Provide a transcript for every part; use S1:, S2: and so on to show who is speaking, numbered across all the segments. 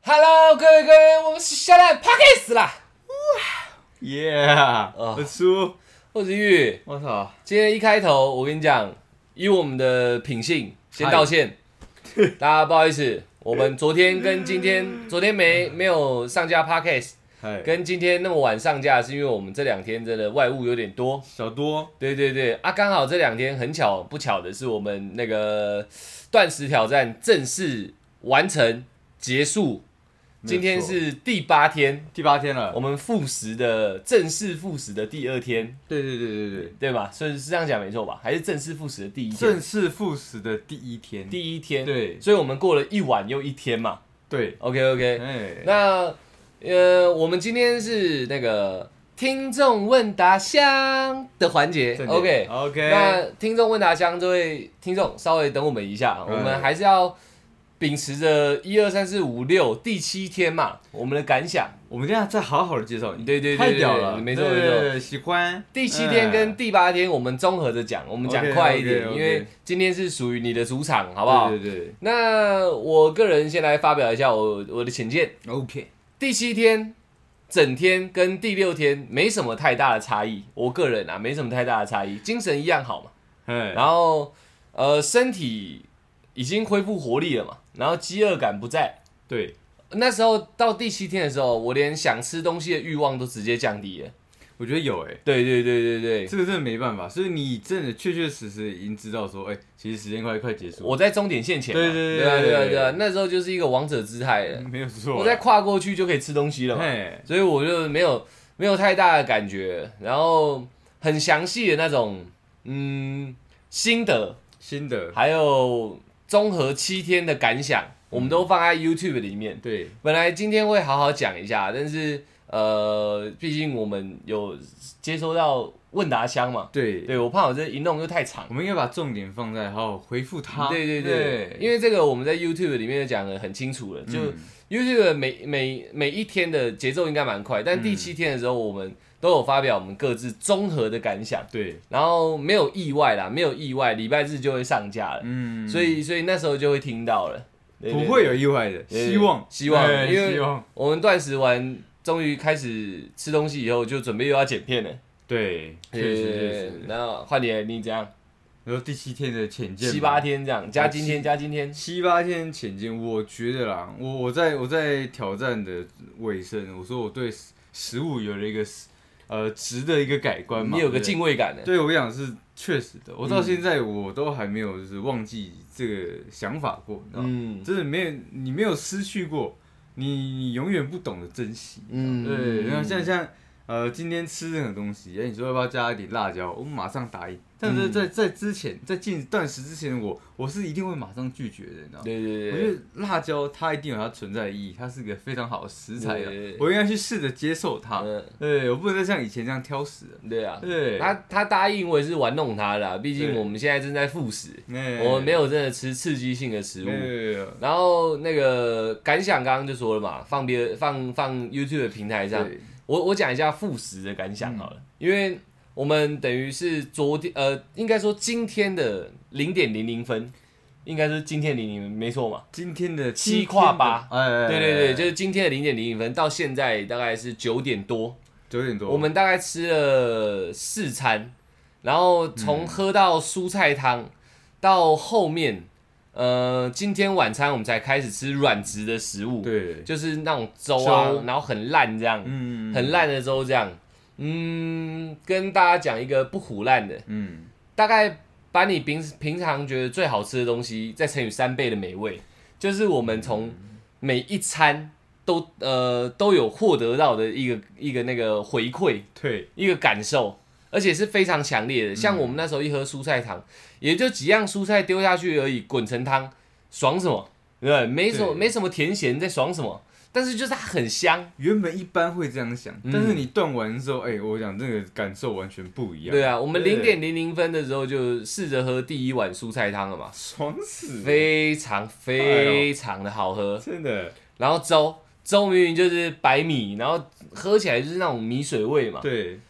S1: 好，各位各位，我们下来 p 开始啦！
S2: Yeah，
S1: 啊
S2: 我出，
S1: 我是玉，
S2: 我操，
S1: 今天一开头，我跟你讲，以我们的品性，先道歉，大家不好意 思，我们昨天跟今天，昨天没没有上架 podcast，
S2: 嗨，
S1: 跟今天那么晚上架，是因为我们这两天真的外务有点多。
S2: 小多，
S1: 对对对，啊，刚好这两天很巧不巧的是，我们那个断食挑战正式完成结束，今天
S2: 没有错
S1: 是第八天。
S2: 第八天了
S1: 我，们复食的正式复食的第二天，
S2: 对对对对对，
S1: 对吧？所以是这样讲没错吧？还是正式复食的第一天？
S2: 正式复死的第一天，
S1: 第一天，，
S2: 对
S1: 所以我们过了一晚又一天嘛。
S2: 对，
S1: OK OK，
S2: 哎，
S1: 那呃，我们今天是那个听众问答箱的环节。
S2: 正
S1: OK，
S2: 点 OK，
S1: 那听众问答箱，这位听众稍微等我们一下，我
S2: 哎
S1: 们还是要秉持着一二三四五六第七天嘛，我们的感想。
S2: 我们这样再好好的介绍你，
S1: 对对对
S2: 太屌
S1: 对
S2: 了，
S1: 没错
S2: 对
S1: 没错，
S2: 对喜欢
S1: 第七天跟第八天，我们综合着讲，我们讲
S2: 哎 OK，
S1: 快一点
S2: OK，OK
S1: 因为今天是属于你的主场，好
S2: 好
S1: 不好？
S2: 对对
S1: 那我个人先来发表一下我我的浅见。
S2: 对，OK，
S1: 第七天整天跟第六天没什么太大的差异，我个人啊没什么太大的差异，精神一样好嘛。
S2: 哎，
S1: 然后呃，身体已经恢复活力了嘛，然后饥饿感不在。
S2: 对，
S1: 那时候到第七天的时候，我连想吃东西的欲望都直接降低了。
S2: 我觉得有哎。
S1: 对对对对对，
S2: 这个真的没办法，所以你真的确确实实已经知道说，哎、其实时间快快结束了，
S1: 我在终点线前嘛，
S2: 对对
S1: 对啊
S2: 对
S1: 对啊
S2: 对啊
S1: 对啊，那时候就是一个王者姿态了，
S2: 没有错，
S1: 我再跨过去就可以吃东西了嘛，
S2: 哎，
S1: 所以我就没有没有太大的感觉，然后很详细的那种嗯心得，
S2: 新的，
S1: 还有综合七天的感想，我们都放在 YouTube 里面。
S2: 对，
S1: 本来今天会好好讲一下，但是呃，毕竟我们有接收到问答箱嘛，
S2: 对，
S1: 对我怕我这一弄就太长
S2: 我。们应该把重点放在好好回复他。
S1: 对对对，因
S2: 为
S1: 为这个我们在 YouTube 里面就讲的很清楚
S2: 嗯
S1: 了，就 YouTube 每每每一天的节奏应该蛮快，
S2: 嗯
S1: 但第七天的时候我们都有发表我们各自综合的感想，
S2: 对，
S1: 然后没有意外啦，没有意外，礼拜日就会上架了，
S2: 嗯，
S1: 所以所以那时候就会听到了，对
S2: 不会。有意外的，
S1: 对
S2: 希望
S1: 希望
S2: 哎
S1: 因为
S2: 希望
S1: 我们断食完，终于开始吃东西以后，就准备又要剪片了。
S2: 对，确实确实。
S1: 然后换你，你怎样？
S2: 然后第七天的浅见嘛，
S1: 七八天这样，加今天
S2: 七
S1: 加今天，
S2: 七八天浅见，我觉得啦，我我在我在挑战的尾声，我说我对食食物有了一个呃值的一个嗯改观嘛，
S1: 你有个
S2: 对不对
S1: 敬畏感的。
S2: 对，我跟你讲是确实的，我到现在我都还没有就是忘记这个想法过，你知道吗？
S1: 嗯
S2: 真的没有你没有失去过，你你永远不懂得珍惜。
S1: 嗯
S2: 对，然后像像呃，今天吃任何东西，哎，你说要不要加一点辣椒？我马上答应。但是
S1: 嗯
S2: 在在之前，在进断食之前，我我是一定会马上拒绝的，你知道吗？
S1: 对对
S2: 我
S1: 对
S2: 觉
S1: 对，
S2: 得辣椒它一定有它存在的意义，它是个非常好的食材啊
S1: 对，
S2: 我应该去试着接受它。
S1: 嗯，
S2: 对，我不能再像以前这样挑食了。
S1: 对啊，
S2: 对，
S1: 他他答应我也是玩弄他的啊、毕竟
S2: 对
S1: 我们现在正在复食，
S2: 我
S1: 我们没有真的吃刺激性的食物。
S2: 物，
S1: 然后那个感想刚刚就说了嘛，放别放放 YouTube 的平台上，
S2: 对
S1: 我我讲一下复食的感想好了，因为我们等于是昨天呃，应该说今天的零点零零分，应该是今天零零没错嘛？
S2: 今天的
S1: 七跨八
S2: 哎哎，哎
S1: 对对对，
S2: 哎
S1: 就是今天的零点零零分到现在大概是九点多，
S2: 九点多，
S1: 我们大概吃了四餐，然后从喝到蔬菜汤、到后面，呃，今天晚餐我们才开始吃软质的食物，
S2: 对，
S1: 就是那种粥啊，
S2: 粥
S1: 然后很烂这样，
S2: 嗯
S1: 很，烂的粥这样。嗯，跟大家讲一个不苦烂的，
S2: 嗯，
S1: 大概把你平平常觉得最好吃的东西再乘以三倍的美味，就是我们从每一餐都呃都有获得到的一个一个那个回馈，
S2: 对，
S1: 一个感受，而且是非常强烈的。
S2: 嗯
S1: 像我们那时候一喝蔬菜汤，也就几样蔬菜丢下去而已，滚成汤，爽什么？对不对，没什么
S2: 对
S1: 没什么甜咸，在爽什么？但是就是它很香，
S2: 原本一般会这样想，但是你断完之后，哎，我讲这个感受完全不一样，
S1: 对，啊。我们
S2: 对
S1: 零点零零分的时候就试着喝第一碗蔬菜汤了嘛，
S2: 爽死了，
S1: 非常非常的好喝。
S2: 真的，
S1: 然后粥粥明明就是白米，然后喝起来就是那种米水味嘛，
S2: 对，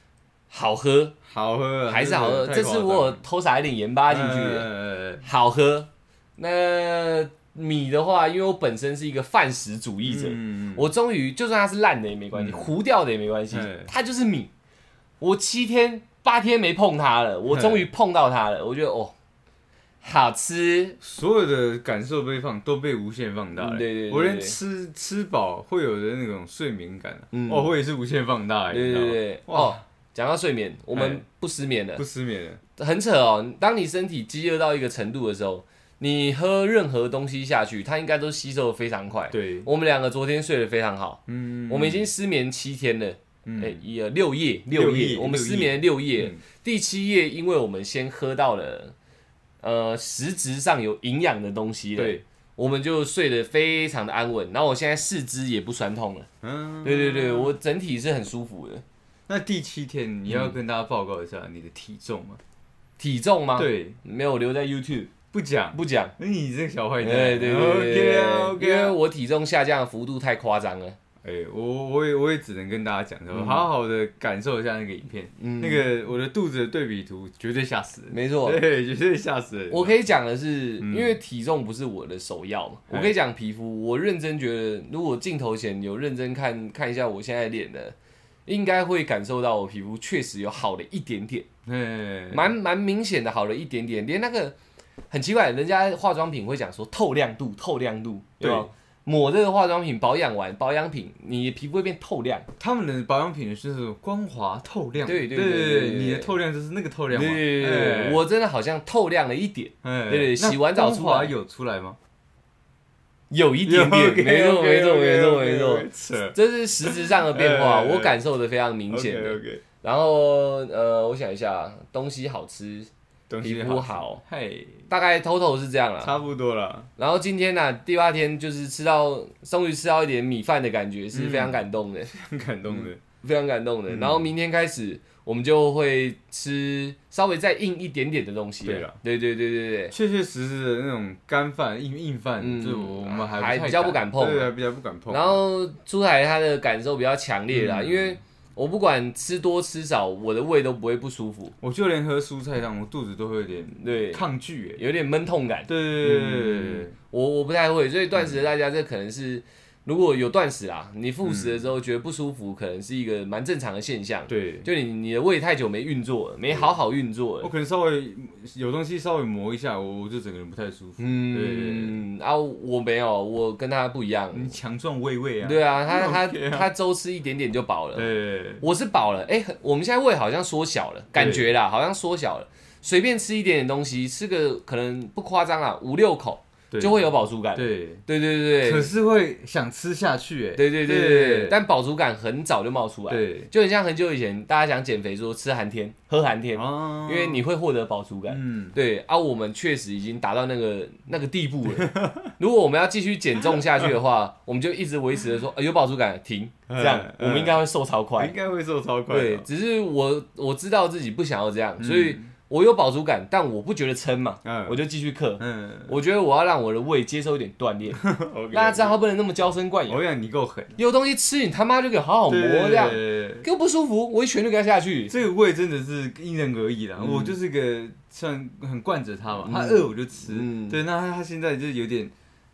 S1: 好喝
S2: 好喝啊，
S1: 还是好喝。
S2: 真
S1: 这
S2: 的
S1: 次我有偷撒一点盐巴进去的。
S2: 哎哎哎哎
S1: 好喝。那米的话，因为我本身是一个饭食主义者，
S2: 嗯，
S1: 我终于就算它是烂的也没关系，
S2: 嗯
S1: 糊掉的也没关系
S2: 嘿，
S1: 它就是米。我七天八天没碰它了，我终于碰到它了，我觉得哦，好吃。
S2: 所有的感受被放都被无限放大、
S1: 嗯
S2: 欸
S1: 对对对
S2: 我连
S1: 对
S2: 吃吃饱会有的那种睡眠感、啊，
S1: 嗯
S2: 哦，我也是无限放大、欸，
S1: 对
S2: 你知
S1: 对
S2: 道吗
S1: 对，
S2: 哇
S1: 哦，讲到睡眠，我们
S2: 嘿
S1: 不失眠的
S2: 不，失眠了，
S1: 很扯哦。当你身体饥饿到一个程度的时候，你喝任何东西下去，它应该都吸收的非常快。
S2: 对，
S1: 我们两个昨天睡得非常好，
S2: 嗯，
S1: 我们已经失眠七天了，
S2: 嗯
S1: 哎、一二六夜，
S2: 六
S1: 六夜，
S2: 夜
S1: 我们
S2: 六
S1: 失
S2: 夜
S1: 眠了六夜，
S2: 嗯
S1: 第七夜，因为我们先喝到了，呃，实质上有营养的东西了，
S2: 对，
S1: 我们就睡得非常的安稳，然后我现在四肢也不酸痛了，
S2: 嗯，
S1: 对对对，我整体是很舒服的，
S2: 那第七天你要跟大家报告一下你的体重吗？
S1: 体重吗？，
S2: 对，
S1: 没有留在 YouTube
S2: 不讲，
S1: 不讲。
S2: 那哎你这个小坏蛋，
S1: 对对对对对
S2: ，OK
S1: 因为
S2: OK，
S1: 我体重下降的幅度太夸张了。
S2: 哎、我我也我也只能跟大家讲
S1: 嗯
S2: 说，好好的感受一下那个影片，那个我的肚子的对比图绝对吓死人，
S1: 没错，
S2: 对，绝对吓死人，
S1: 我可以讲的是，
S2: 嗯
S1: 因为体重不是我的首要嘛，
S2: 哎
S1: 我可以讲皮肤。我认真觉得，如果镜头前有认真看看一下我现在脸的，应该会感受到我皮肤确实有好了一点点，
S2: 哎，
S1: 蛮蛮明显的好了一点点。连那个很奇怪，人家化妆品会讲说透亮度，透亮度，对吧
S2: 对？
S1: 抹这个化妆品保养完，保养品你的皮肤会变透亮。
S2: 他们的保养品就是光滑透亮，
S1: 对对
S2: 对
S1: 对对对
S2: 你的透亮就是那个透
S1: 对
S2: 亮嘛。
S1: 对对，
S2: 哎
S1: 我真的好像透亮了一点。
S2: 哎
S1: 对对
S2: 那
S1: 洗完澡
S2: 光
S1: 出
S2: 滑
S1: 来
S2: 有出来吗？
S1: 有一点 点，
S2: OK，
S1: 没错，
S2: OK，
S1: 没错，没
S2: OK，
S1: 错，
S2: OK，
S1: 没错
S2: OK，，扯，
S1: 这是实质上的变化，
S2: 哎哎哎
S1: 我感受的非常明显的。
S2: OK，
S1: 然后呃，我想一下，东西好吃，
S2: 东
S1: 皮
S2: 西
S1: 肤，好，
S2: 嘿，
S1: 大概 total 是这样啦。
S2: 差不多了。
S1: 然后今天呢、第八天就是吃到，终于吃到一点米饭的感觉，是非常感动的，
S2: 很感动的，
S1: 非常感
S2: 嗯
S1: 动的。然后明天开始，我们就会吃稍微再硬一点点的东西
S2: 对
S1: 了
S2: 啦。
S1: 对对对对对，
S2: 确确实实的那种干饭、硬硬饭，
S1: 嗯
S2: 就我们还
S1: 还
S2: 太
S1: 比较不敢碰啊
S2: 对，还比较不敢碰。啊
S1: 然后出海他的感受比较强烈啦，
S2: 嗯
S1: 因为我不管吃多吃少，我的胃都不会不舒服，
S2: 我就连喝蔬菜汤，我肚子都会有点
S1: 对，
S2: 抗拒，哎，
S1: 有点闷痛感。
S2: 对对对对对对，
S1: 我我不太会，所以断
S2: 嗯
S1: 食的大家这可能是如果有断食啦，你复食的时候觉得不舒服，可能是一个蛮正常的现象。
S2: 嗯对，
S1: 就你你的胃太久没运作了，没好好运作
S2: 我
S1: 了。
S2: 可能稍微有东西稍微磨一下，我我就整个人不太舒服。
S1: 嗯，啊，我没有，我跟他不一样。
S2: 你强壮胃胃啊，
S1: 对啊，他他
S2: 嗯 OK 啊
S1: 他粥吃一点点就饱了。
S2: 对
S1: 我是饱了，哎、很我们现在胃好像缩小了，感觉啦，好像缩小了。随便吃一点点东西，吃个可能不夸张啊，五六口
S2: 对，
S1: 就会有饱足感。
S2: 对，
S1: 对对对
S2: 可
S1: 对
S2: 是会想吃下去哎。
S1: 对对对对对，但饱足感很早就冒出来，
S2: 对
S1: 就很像很久以前大家讲减肥说吃寒天、喝寒天，
S2: 啊
S1: 因为你会获得饱足感。
S2: 嗯
S1: 对啊，我们确实已经达到那个那个地步了。 如果我们要继续减重下去的话，我们就一直维持着说、呃有饱足感停，这样
S2: 嗯
S1: 我们应该会瘦超快
S2: 应。该会瘦超快
S1: 对，
S2: 的。
S1: 只是我我知道自己不想要这样，
S2: 嗯
S1: 所以我有饱足感，但我不觉得撑嘛，
S2: 嗯，
S1: 我就继续克。
S2: 嗯
S1: 我觉得我要让我的胃接受一点锻炼，
S2: ，OK，
S1: 大家知道它不能那么娇生惯养，
S2: 我跟你讲，你够狠，
S1: 有东西吃你他妈就给我好好磨
S2: 对对
S1: 这样，
S2: 对对对
S1: 给我不舒服，我一拳就给他下去。
S2: 这个胃真的是因人而异啦，
S1: 嗯
S2: 我就是个算很惯着他嘛，
S1: 嗯
S2: 他饿我就吃
S1: 嗯，
S2: 对，那他他现在就是有点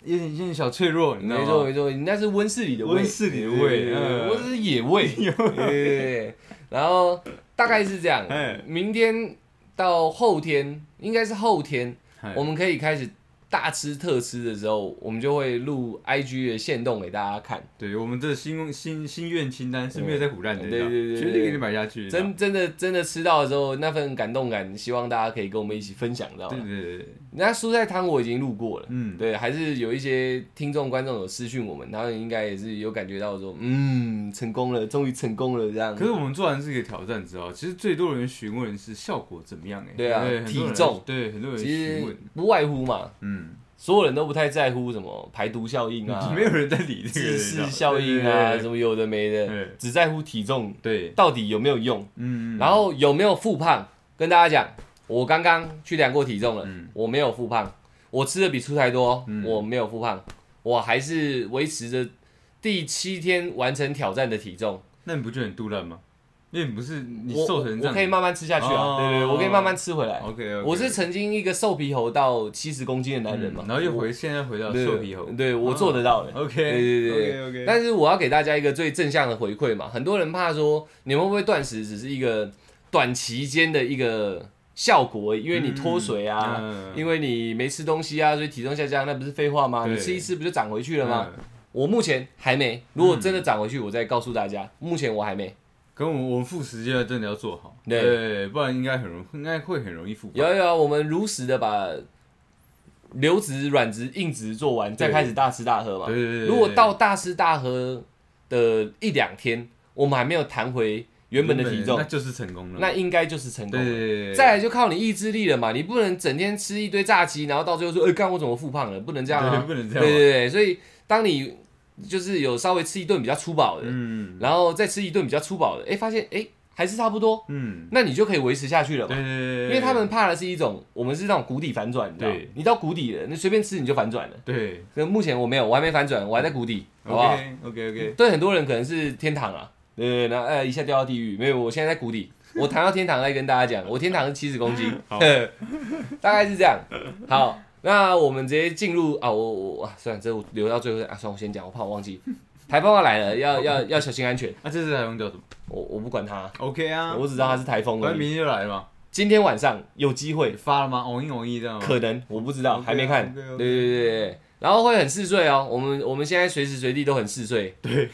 S2: 有点有点小脆弱，你知道
S1: 没
S2: 吗？
S1: 错没错，你那是温室里的胃，
S2: 温室里的胃
S1: 对对对对
S2: 嗯
S1: 我只是野 味。对对 对然后大概是这样
S2: 哎，
S1: 明天到后天应该是后天，
S2: 嗨
S1: 我们可以开始大吃特吃的时候，我们就会录 IG 的限动给大家看。
S2: 对，我们的心心心愿清单是没有在胡乱的，
S1: 对对对对
S2: 绝对给你买下去，
S1: 真真的真的吃到的时候，那份感动感，希望大家可以跟我们一起分享到
S2: 对。对对对，
S1: 那蔬菜汤我已经录过了，
S2: 嗯，
S1: 对，还是有一些听众观众有私讯我们，他们应该也是有感觉到说，嗯，成功了，终于成功了这样。
S2: 可是我们做完这个挑战之后，其实最多人询问是效果怎么样哎、
S1: 对啊
S2: 很多人
S1: 体重
S2: 对，很多人
S1: 其
S2: 询
S1: 实
S2: 问，
S1: 不外乎嘛，
S2: 嗯，
S1: 所有人都不太在乎什么排毒效应啊、
S2: 没有人在理这个
S1: 自
S2: 你知
S1: 噬
S2: 道吗
S1: 效应啊，
S2: 对
S1: 什么有的没的，
S2: 对
S1: 只在乎体重
S2: 对，
S1: 到底有没有用。
S2: 嗯，
S1: 然后有没有复胖？跟大家讲，我刚刚去量过体重了，
S2: 嗯
S1: 我没有复胖，我吃的比出台多，
S2: 嗯
S1: 我没有复胖，我还是维持着第七天完成挑战的体重。
S2: 那你不就很杜烂吗？因为你不是你
S1: 我
S2: 瘦成这
S1: 我
S2: 样，
S1: 可以慢慢吃下去啊，
S2: 哦
S1: 对对对，我可以慢慢吃回来。
S2: OK OK，
S1: 我是曾经一个瘦皮猴到七十公斤的男人嘛，
S2: 嗯然后又回现在回到
S1: 对
S2: 瘦皮猴
S1: 对我做得到的。
S2: ，OK，
S1: 对对对
S2: OK
S1: 但是我要给大家一个最正向的回馈嘛，很多人怕说你们会不会断食只是一个短期间的一个效果而已，因为你脱水
S2: 嗯
S1: 啊，因为你没吃东西啊，所以体重下降，那不是废话吗？
S2: 对
S1: 你吃一吃不就长回去
S2: 对
S1: 了吗？？
S2: 嗯
S1: 我目前还没，如果真的长回去，我再告诉大家，目前我还没。
S2: 可我们我们复食阶段真的要做好，
S1: 对
S2: 对，不然应该很容应该会很容易复胖。
S1: 有啊有，我们如实的把流质、软质、硬质做完，再开始大吃大喝嘛。
S2: 对对对对
S1: 如果到大吃大喝的一两天，我们还没有弹回原本的体重
S2: 那，就是成功了。
S1: 那应该就是成功
S2: 对对
S1: 了。
S2: 对对，对
S1: 再来就靠你意志力了嘛，你不能整天吃一堆炸鸡，然后到最后说，哎、干我怎么复胖了？不能这样
S2: 对
S1: 啊！
S2: 不能这
S1: 对
S2: 样。
S1: 对对，所以当你就是有稍微吃一顿比较粗饱的，
S2: 嗯
S1: 然后再吃一顿比较粗饱的，哎、发现哎、还是差不多，
S2: 嗯，
S1: 那你就可以维持下去了嘛
S2: 对。对对，
S1: 因
S2: 因
S1: 为他们怕的是一种，我们是那种谷底反转，你知道吗
S2: 对
S1: 你到谷底了，你随便吃你就反转了。
S2: 对
S1: 可目前我没有，我还没反转，我还在谷底，好不好
S2: OK OK OK，
S1: 对很多人可能是天堂啊，对对对，然后哎一下掉到地狱，没有，我现在在谷底，我谈到天堂再跟大家讲，我天堂是七十公 斤， 大概是这样。好，那我们直接进入啊，我我啊，算了，这我留到最后再啊，算了我先讲，我怕我忘 记。台风要来了，要要要小心安全。
S2: 啊那这次台风叫什么
S1: 我我不管它，
S2: ？OK 啊，
S1: 我只知道它是台风
S2: 反
S1: 而
S2: 正
S1: 已。
S2: 明天就来了嘛，
S1: 今天晚上有机会，
S2: 发了吗？偶一偶一这样吗？
S1: 可能我不知道，
S2: OK，
S1: 还没看。对
S2: OK，OK
S1: 对对对对，然后会很嗜睡哦。我们我们现在随时随地都很嗜睡。对对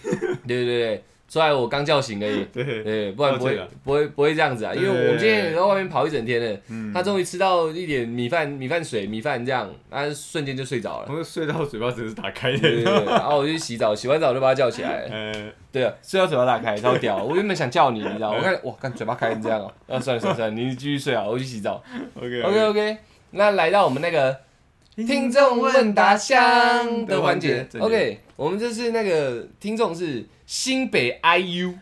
S1: 对对，虽然我刚叫醒而已。
S2: 对，
S1: 对，不然不
S2: 抱歉
S1: 会
S2: 啊
S1: 不会不会这样子啊，因为我们今天也在外面跑一整天了，
S2: 嗯
S1: 他终于吃到一点米饭米饭水米饭这样，他瞬间就睡着了。
S2: 我睡到嘴巴只是打开
S1: 对对
S2: 的。
S1: 对，然后我就去洗澡，洗完澡就把他叫起来 了。
S2: 呃，
S1: 对啊，睡到嘴巴打开，超屌！ 我原本想叫你，你知道，我看哇，看嘴巴开成这样哦、那、算了算了算了，你继续睡啊，我去洗澡。
S2: OK
S1: OK OK，那来到我们那个听众问答箱的环节。OK，我们这是那个听众是新北 IU，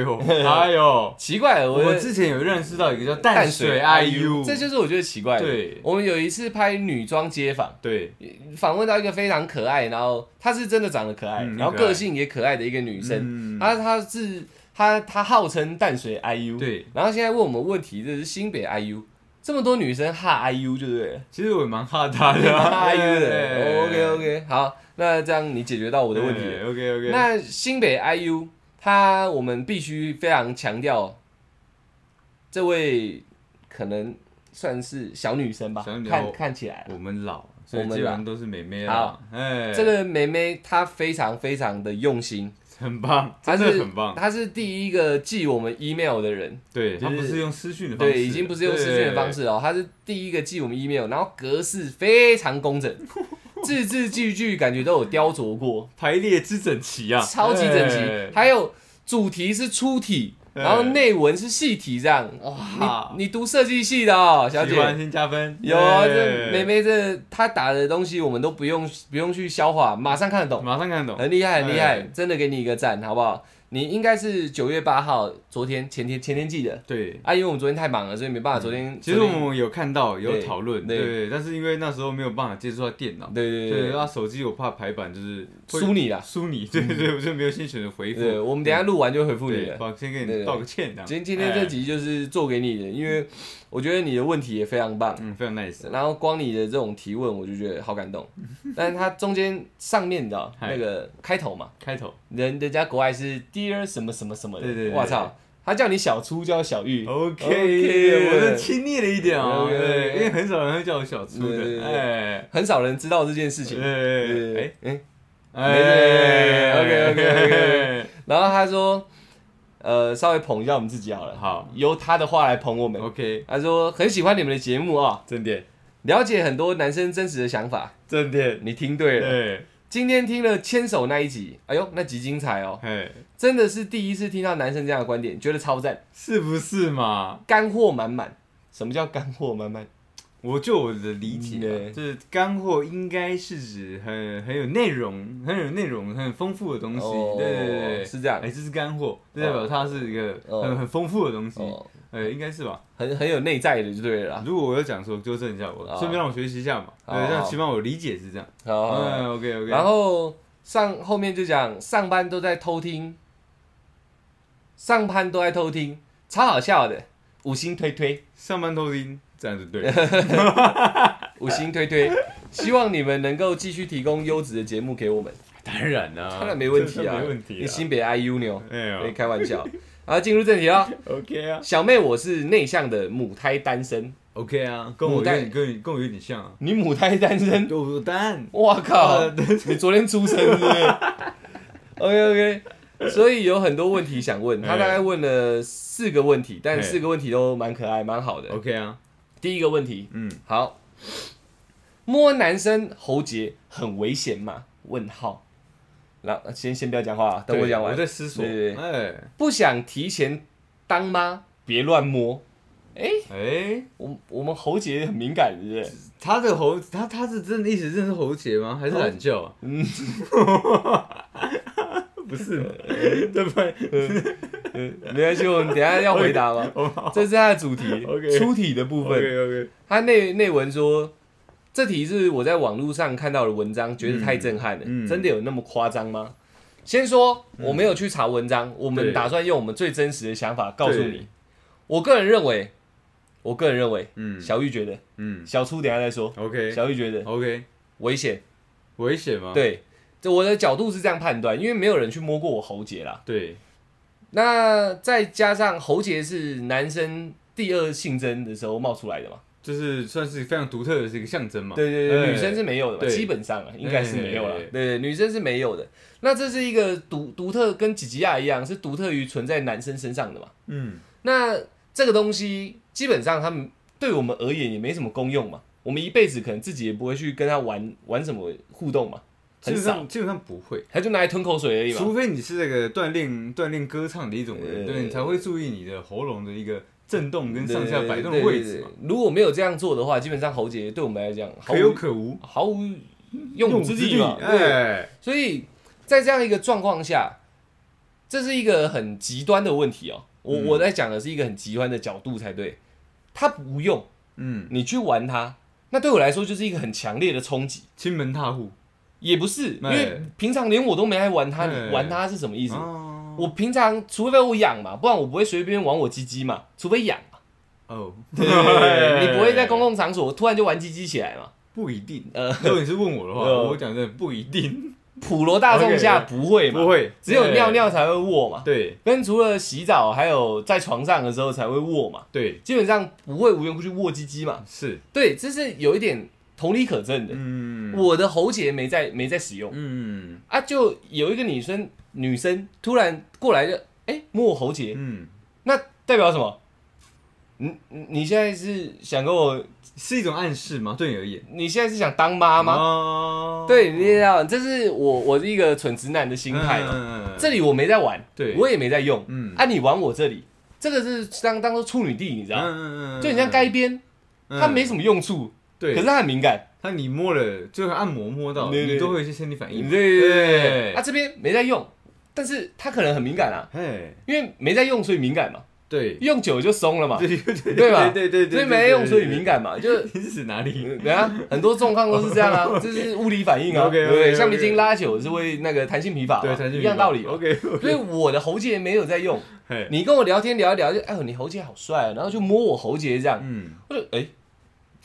S2: 呦，哎呦，
S1: 奇怪了，
S2: 我
S1: 我
S2: 之前有认识到一个叫淡水 IU，
S1: 这就是我觉得奇怪的。
S2: 对
S1: 我们有一次拍女装街访，
S2: 对
S1: 访问到一个非常可爱，然后她是真的长得可爱，
S2: 嗯
S1: 然后
S2: 很可爱
S1: 个性也可爱的一个女生，
S2: 嗯
S1: 她她是她她号称淡水 IU，，
S2: 对，
S1: 然后现在问我们问题，这是新北 IU，这么多女生哈 IU 对不 对了？
S2: 其实我也蛮哈他 的啊，
S1: 大 IU 的。
S2: 对
S1: OK OK，好，那这样你解决到我的问题了。
S2: OK OK，
S1: 那新北 IU，他我们必须非常强调，这位可能算是小女生吧
S2: 小，女生
S1: 看
S2: 我
S1: 看起来
S2: 我们老，所以基本上都是美眉
S1: 好
S2: 啦。哎，
S1: 这个妹妹她非常非常的用心，
S2: 很棒，
S1: 她
S2: 真的
S1: 是
S2: 很棒。
S1: 她是第一个寄我们 email 的人，
S2: 对，
S1: 就
S2: 他
S1: 是
S2: 不是用私讯的方式，
S1: 对，已经不是用私讯的方式哦，她是第一个寄我们 email，然后格式非常工整，字字句句感觉都有雕琢过，
S2: 对，排列之整齐啊，
S1: 超级整齐
S2: 哎，
S1: 还有主题是粗体，
S2: 哎
S1: 然后内文是细体，这样。
S2: 哇
S1: 你你读设计系的哦，小
S2: 喜欢
S1: 姐。
S2: 先加分，
S1: 有啊，
S2: 哎
S1: 这妹妹这她打的东西，我们都不用不用去消化，马上看得懂，
S2: 马上看得懂，
S1: 很厉害很厉害
S2: 哎，
S1: 真的给你一个赞，好不好？你应该是九月八号，昨天前天前天记的
S2: 对。
S1: 啊，因为我们昨天太忙了，所以没办法，昨天
S2: 嗯其实
S1: 昨
S2: 我
S1: 天
S2: 们有看到有
S1: 对
S2: 讨论，
S1: 对
S2: 对，但是因为那时候没有办法接触到电脑，
S1: 对对
S2: 对，啊
S1: 对对，
S2: 那手机我怕排版就是会
S1: 输你了，啊
S2: 输你， 对对，我就没有先选择回复，嗯
S1: 对，我们等一下录完就回复你
S2: 对，
S1: 了。
S2: 好，先给
S1: 对对
S2: 你道个歉这样。哎
S1: 今今天这集就是做给你的，因为我觉得你的问题也非常棒
S2: 哎，。嗯，非常 nice，
S1: 然后光你的这种提问，我就觉得好感动。但是它中间上面你知道
S2: 嗨
S1: 那个开头嘛，
S2: 开头
S1: 人人家国外是 Dear 什么什么什么
S2: 对对
S1: 的，
S2: 对哦
S1: 我操，他叫你小初叫小玉，OK
S2: OK，我是亲昵了一点哦，
S1: OK，OK
S2: 对，因为很少人会叫我小猪
S1: 对对对
S2: 的，哎，
S1: 很少人知道这件事情。对
S2: 哎
S1: 对对
S2: 哎
S1: 对
S2: 哎
S1: ，OK，OK，OK，然后他说，呃，稍微捧一下我们自己好了，
S2: 哎好
S1: 由他的话来捧我们。
S2: ，OK，
S1: 他说很喜欢你们的节目啊、
S2: 正点，
S1: 了解很多男生真实的想法。
S2: 正点，
S1: 你听对了，
S2: 对，
S1: 今天听了牵手那一集，哎呦，那集精彩哦，
S2: 哎，
S1: 真的是第一次听到男生这样的观点，觉得超赞。
S2: 是不是嘛？
S1: 干货满满。什么叫干货满满？
S2: 我就我的理
S1: 嗯
S2: 解啊
S1: 对，
S2: 就是干货应该是指很很有内容、很有内容、很丰富的东西，
S1: 哦
S2: 对对对对，
S1: 是这样
S2: 哎，这是干货，这代表它是一个
S1: 哦
S2: 很很丰富的东西，
S1: 哦，
S2: 哎，应该是吧？
S1: 很很有内在的就对了啦。
S2: 如果我有讲错，纠正一下我
S1: 啊，
S2: 顺便让我学习一下嘛。对，
S1: 好
S2: 这样
S1: 好
S2: 起码我理解是这样。
S1: 好，好好
S2: 嗯，OK OK。
S1: 然后上后面就讲上班都在偷听上班都在偷听，超好笑的。五星推推，
S2: 上班偷听，这样子对。
S1: 五星推推，希望你们能够继续提供优质的节目给我们，
S2: 当然啦、
S1: 当然没问题
S2: 这
S1: 啊，
S2: 没问题
S1: 你
S2: 啊。
S1: 新北 IU 牛，
S2: 哎
S1: 没
S2: 呀
S1: 开玩笑。然后进入正题了，
S2: ，OK 啊
S1: 小妹我是内向的母胎单身，
S2: ，OK 啊，跟我有
S1: 母带
S2: 点跟你跟我有点像啊。
S1: 你母胎单身，
S2: 我我当然
S1: 我靠
S2: 呃，
S1: 你昨天出生是不 是？OK OK，所以有很多问题想问，他大概问了四个问题，但
S2: 哎
S1: 四个问题都蛮可爱、蛮好的。
S2: OK 啊，
S1: 第一个问题，
S2: 嗯，
S1: 好，摸男生喉结很危险吗？问号。然后先先不要讲话啊，等我
S2: 对
S1: 讲完
S2: 我。在思索。
S1: 对对对
S2: 哎
S1: 不想提前当妈，别乱摸。
S2: 哎，
S1: 我我们喉结很敏感，是不是？
S2: 他的喉，他他是真的意思真的是喉结吗？还是懒觉
S1: 哦
S2: 啊？嗯， 不是吗，对哦吧？
S1: 没关系，我们等一下要回答 吗？这是他的主题
S2: OK
S1: 出题的 部分。
S2: OK，
S1: 他内内文说，这题是我在网络上看到的文章，觉得太震撼了。
S2: 嗯嗯嗯
S1: 真的有那么夸张吗？先说我没有去查文章，我们
S2: 对
S1: 打算用我们最真实的想法告诉你
S2: 对。
S1: 我个人认为，我个人认为，
S2: 嗯
S1: 小玉觉得，
S2: 嗯
S1: 小初等一下再说。
S2: ，OK
S1: 小玉觉得
S2: OK，
S1: 危险，
S2: 危险吗？
S1: 对，这我的角度是这样判断，因为没有人去摸过我喉结啦。
S2: 对，
S1: 那再加上喉结是男生第二性征的时候冒出来的嘛，
S2: 就是算是非常独特的一个象征嘛。
S1: 对对对，
S2: 哎
S1: 女生是没有的嘛，
S2: 对
S1: 基本上啊，应该是没有了。
S2: 哎
S1: 对对，女生是没有的。那这是一个独独特，跟吉吉亚一样，是独特于存在男生身上的嘛？
S2: 嗯，
S1: 那这个东西基本上他们对我们而言也没什么功用嘛，我们一辈子可能自己也不会去跟他玩玩什么互动嘛，
S2: 基
S1: 很
S2: 本
S1: 少，
S2: 上基本上不会。
S1: 他就拿来吞口水而已嘛。
S2: 除非你是那个锻炼锻炼歌唱的一种人，
S1: 对
S2: 对你才会注意你的喉咙的一个震动跟上下摆动的
S1: 对
S2: 位置嘛，
S1: 对对对如果没有这样做的话，基本上喉结对我们来讲毫
S2: 可有
S1: 无
S2: 可无，
S1: 毫无用武之地嘛。对，
S2: 哎，
S1: 所以在这样一个状况下，这是一个很极端的问题哦。我、我在讲的是一个很极端的角度才对，他不用
S2: 嗯，
S1: 你去玩他，那对我来说就是一个很强烈的冲击。
S2: 亲门踏户，
S1: 也不是，因
S2: 哎
S1: 为平常连我都没爱玩他，
S2: 哎
S1: 你玩他是什么意思？
S2: 哦
S1: 我平常除非我养嘛，不然我不会随便玩我鸡鸡嘛，除非养嘛。
S2: 哦， 哎
S1: 对对对对对你不会在公共场所突然就玩鸡鸡起来嘛？
S2: 不一定，
S1: 呃
S2: 如果你是 问我的话，
S1: 呃
S2: 我讲真的不一定，
S1: 普罗大众下
S2: OK，
S1: 不会嘛？
S2: 不， 会，
S1: 只有尿
S2: 哎，
S1: 尿才会握嘛。
S2: 对
S1: 跟除了洗澡，还有在床上的时候才会握嘛，
S2: 对
S1: 基本上不会无缘无故去握鸡鸡嘛。
S2: 是，
S1: 对，这是有一点同理可证的。
S2: 嗯
S1: 我的喉结没在没在使用
S2: 嗯
S1: 啊，就有一个女生女生突然过来就哎、摸我喉结，
S2: 嗯，
S1: 那代表什么？你你你现在是想跟我？
S2: 是一种暗示吗？对你而言，
S1: 你现在是想当妈啊
S2: 哦
S1: 吗？
S2: 吗
S1: 对，你知道，这是我我是一个蠢直男的心态嘛。
S2: 嘛
S1: 这里我没在玩，
S2: 嗯对
S1: 我也没在用，
S2: 嗯
S1: 啊，你玩我这里，这个是当当做处女地，你知道吗？
S2: 嗯
S1: 就很像街，边，
S2: 嗯
S1: 它没什么用处，
S2: 对，
S1: 可是它很敏感。
S2: 它你摸了，就是按摩摸到，
S1: 对对
S2: 你都会有一些生理反应
S1: 对
S2: 嘛。
S1: 对对对，
S2: 对
S1: 啊，这边没在用，但是它可能很敏感啊，
S2: 哎，
S1: 因为没在用，所以敏感嘛，
S2: 对，
S1: 用久了就松了嘛，
S2: 对对对
S1: 对吧？
S2: 对对对，
S1: 所以没在用，所以敏
S2: 感。
S1: 感嘛，就是。
S2: 你是指哪里？
S1: 嗯等一下，很多状况都 是这样啊，这是物理反应啊，对
S2: OK，OK，
S1: 不对？
S2: OK，
S1: 橡皮筋拉久是会那个弹性疲乏嘛，
S2: 对，弹性
S1: 一样道理啊嘛。
S2: OK，
S1: 所以我的喉结没有在用，
S2: 嘿，
S1: 你跟我聊天聊一聊，就哎呦你喉结好帅、啊，然后就摸我喉结这样，
S2: 嗯，
S1: 我就哎、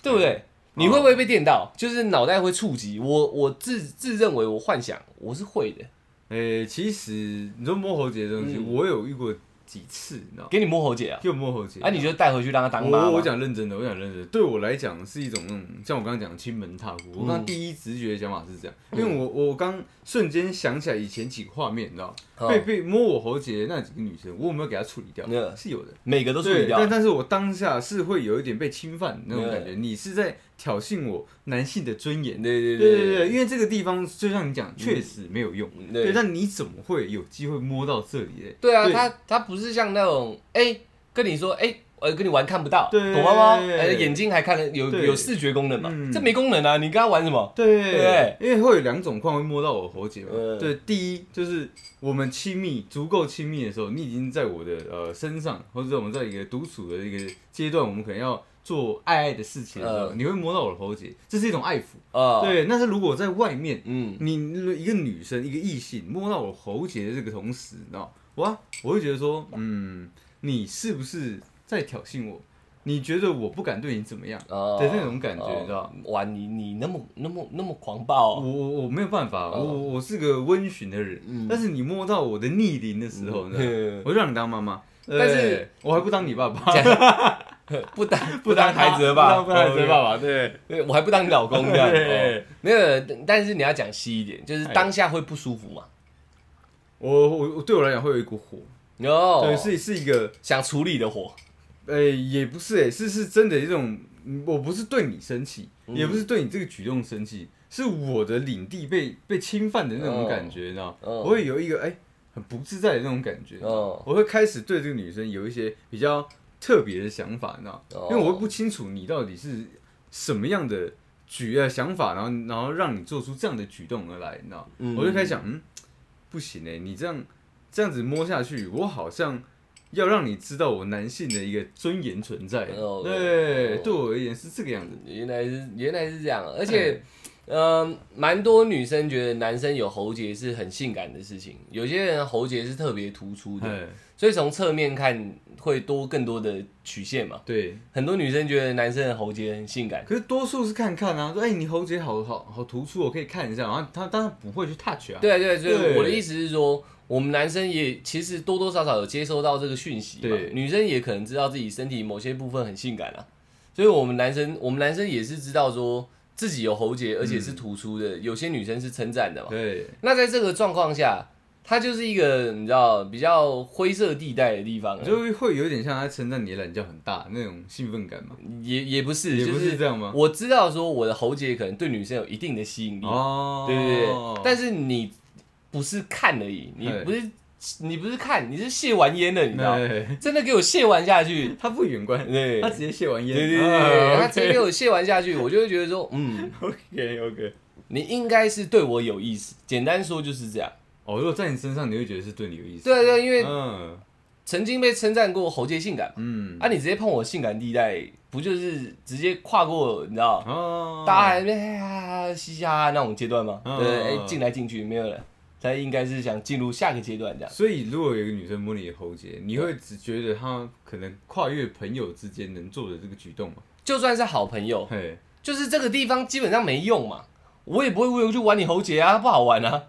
S1: 对不对？你会不会被电到？就是脑袋会触及我，我自自认为我幻想我是会的，
S2: 诶，其实你说摸喉结这东西，
S1: 嗯
S2: 我有遇过几次，你知道吗？
S1: 给你摸喉结啊，
S2: 就摸喉结，
S1: 啊你就带回去让他当妈
S2: 我
S1: 嘛。
S2: 我讲认真的，我讲认真的，对我来讲是一种那种，像我刚刚讲的亲门踏
S1: 嗯
S2: 户。我刚刚第一直觉的想法是这样，因为我我刚瞬间想起来以前几个画面，你知道吗，
S1: 哦
S2: 被被摸我喉结的那几个女生，我有没有给她处理掉
S1: 嗯？
S2: 是有的，
S1: 每个都处理
S2: 对，
S1: 掉
S2: 但，但是我当下是会有一点被侵犯的那种感觉，
S1: 对
S2: 你是在挑衅我男性的尊严。
S1: 对对
S2: 对对
S1: 对嗯
S2: 对，因为这个地方就像你讲，确实没有用。
S1: 对
S2: 对，但你怎么会有机会摸到这里嘞？
S1: 对啊，他他不是像那种哎、跟你说哎、呃跟你玩看不到，
S2: 对
S1: 躲猫猫，呃眼睛还看得有
S2: 对
S1: 有视觉功能嘛，
S2: 嗯
S1: 这没功能啊，你跟他玩什么？对
S2: 对，因为会有两种况会摸到我喉结嘛
S1: 嗯。
S2: 对，第一就是我们亲密足够亲密的时候，你已经在我的呃身上，或者我们在一个独处的一个阶段，我们可能要做爱爱的事情的时候，
S1: 呃
S2: 你会摸到我的喉结，这是一种爱抚。
S1: 呃，，
S2: 对，但是如果在外面，
S1: 嗯，
S2: 你一个女生一个异性摸到我喉结的这个同时，你知道，哇，我会觉得说，嗯，你是不是在挑衅我？你觉得我不敢对你怎么样？
S1: 呃
S2: 对那种感觉你知道？
S1: 呃哇，你你那么那么那么狂暴
S2: 我
S1: 哦，
S2: 我我没有办法，我
S1: 哦
S2: 我是个温驯的人，但是你摸到我的逆鳞的时候，你知道，
S1: 嗯
S2: 我就让你当妈妈，
S1: 但是
S2: 对我还不当你 爸爸，
S1: 不当
S2: 不当
S1: 孩子的
S2: 爸
S1: 爸，
S2: 不当孩子的爸
S1: 爸，对，哦对我还不当你老公这样。
S2: 对
S1: 哦没有，但是你要讲细一点，就是当下会不舒服嘛。
S2: 我我我对我来讲会有一股火，
S1: 哦，
S2: 哎对，是是一个，
S1: 想处理的火，
S2: 呃、也不是、哎，是是真的一种，嗯我不是对你生气，也
S1: 嗯
S2: 不是对你这个举动生气，是我的领地被被侵犯的那种
S1: 哦
S2: 感觉，你知道，
S1: 哦
S2: 我会有一个哎、很不自在的那种感觉，
S1: 哦
S2: 我会开始对这个女生有一些比较特别的想法，你知道，
S1: 哦
S2: 因为我会不清楚你到底是什么样的举呃想法，然后然后让你做出这样的举动而来，你知道，
S1: 嗯
S2: 我就开始想，嗯，不行哎、你这样这样子摸下去，我好像。要让你知道我男性的一个尊严存在，
S1: 哦
S2: 对，
S1: 哦
S2: 对我而言是这个样子。
S1: 原来是原来是这样，啊而且，
S2: 哎
S1: 嗯，蛮多女生觉得男生有喉结是很性感的事情，有些人喉结是特别突出的，
S2: 哎，
S1: 所以从侧面看会多更多的曲线嘛。
S2: 对，
S1: 很多女生觉得男生的喉结很性感，
S2: 可是多数是看看啊，说哎、你喉结好好好突出，我可以看一下。然后他当然不会去 touch 啊，
S1: 对对对，所以
S2: 对
S1: 我的意思是说，我们男生也其实多多少少有接收到这个讯息嘛
S2: 对，
S1: 女生也可能知道自己身体某些部分很性感啊，所以我们男生我们男生也是知道说自己有喉结，而且是突出的，有些女生是称赞的嘛。
S2: 对
S1: 那在这个状况下，它就是一个你知道比较灰色地带的地方啊、
S2: 就会有点像他称赞你的懒觉很大那种兴奋感嘛，
S1: 也也不是，
S2: 也
S1: 就
S2: 不是这样吗
S1: 我知道说我的喉结可能对女生有一定的吸引力，
S2: 哦，
S1: 对对对，但是你不是看而已，你
S2: 对
S1: 不是你不是看，你是卸完烟了，你知道吗，
S2: 对
S1: 真的给我卸完下 去，
S2: 他不远观，
S1: 对
S2: 他啊直接卸完烟，
S1: 对对对对，他直接给我卸完下去，我就会觉得说， 嗯，
S2: OK OK。
S1: 你应该是对我有意思，简单说就是这样。
S2: 哦，如果在你身上，你会觉得是对你有意思，
S1: 对啊对，因为
S2: 嗯
S1: 曾经被称赞过喉结性感嘛。
S2: 嗯
S1: 啊，你直接碰我性感地带，不就是直接跨过你知道，
S2: 哦，
S1: 大家还在那边哎呀嘻嘻哈哈那种阶段吗？
S2: 嗯
S1: 对，
S2: 嗯
S1: 哎
S2: 嗯
S1: 进来进去没有人，他应该是想进入下个阶段这样。
S2: 所以，如果有一个女生摸你的喉结，你会只觉得她可能跨越朋友之间能做的这个举动吗？
S1: 就算是好朋友，
S2: 嘿，
S1: 就是这个地方基本上没用嘛，我也不会无缘去玩你喉结啊，不好玩啊。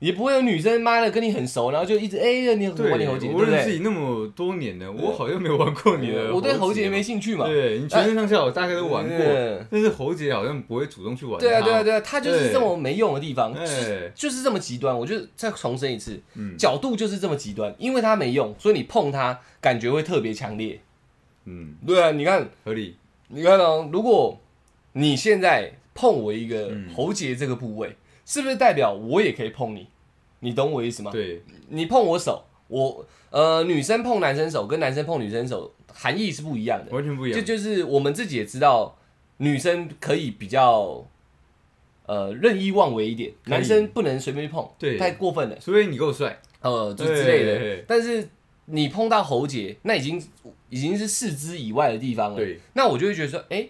S1: 也不会有女生妈的跟你很熟，然后就一直哎、你
S2: 对，
S1: 玩你喉结，对
S2: 我
S1: 不
S2: 认识
S1: 对？
S2: 你那么多年了，我好像没有玩过你的。
S1: 我对喉结没，兴趣嘛。
S2: 对你全身上下我大概都玩过，
S1: 嗯
S2: 但是喉结好像不会主动去玩。
S1: 对啊，对啊，，啊对啊，他就是
S2: 对
S1: 这么没用的地方，就是
S2: 哎，
S1: 就是这么极端。我就再重申一次，
S2: 嗯
S1: 角度就是这么极端，因为它没用，所以你碰它感觉会特别强烈。
S2: 嗯，
S1: 对啊，你看，
S2: 合理。
S1: 你看哦，如果你现在碰我一个
S2: 嗯
S1: 喉结这个部位，是不是代表我也可以碰你？你懂我意思吗？
S2: 对，
S1: 你碰我手，我呃，女生碰男生手跟男生碰女生手含义是不一样的。
S2: 完全不一
S1: 这
S2: 样。
S1: 就是我们自己也知道，女生可以比较呃任意妄为一点，
S2: 可以
S1: 男生不能随便碰，
S2: 对
S1: 太过分了，
S2: 除非你够帅，
S1: 呃，就之类
S2: 对
S1: 的。但是你碰到喉结，那已经已经是四肢以外的地方了。
S2: 对，
S1: 那我就会觉得说，哎、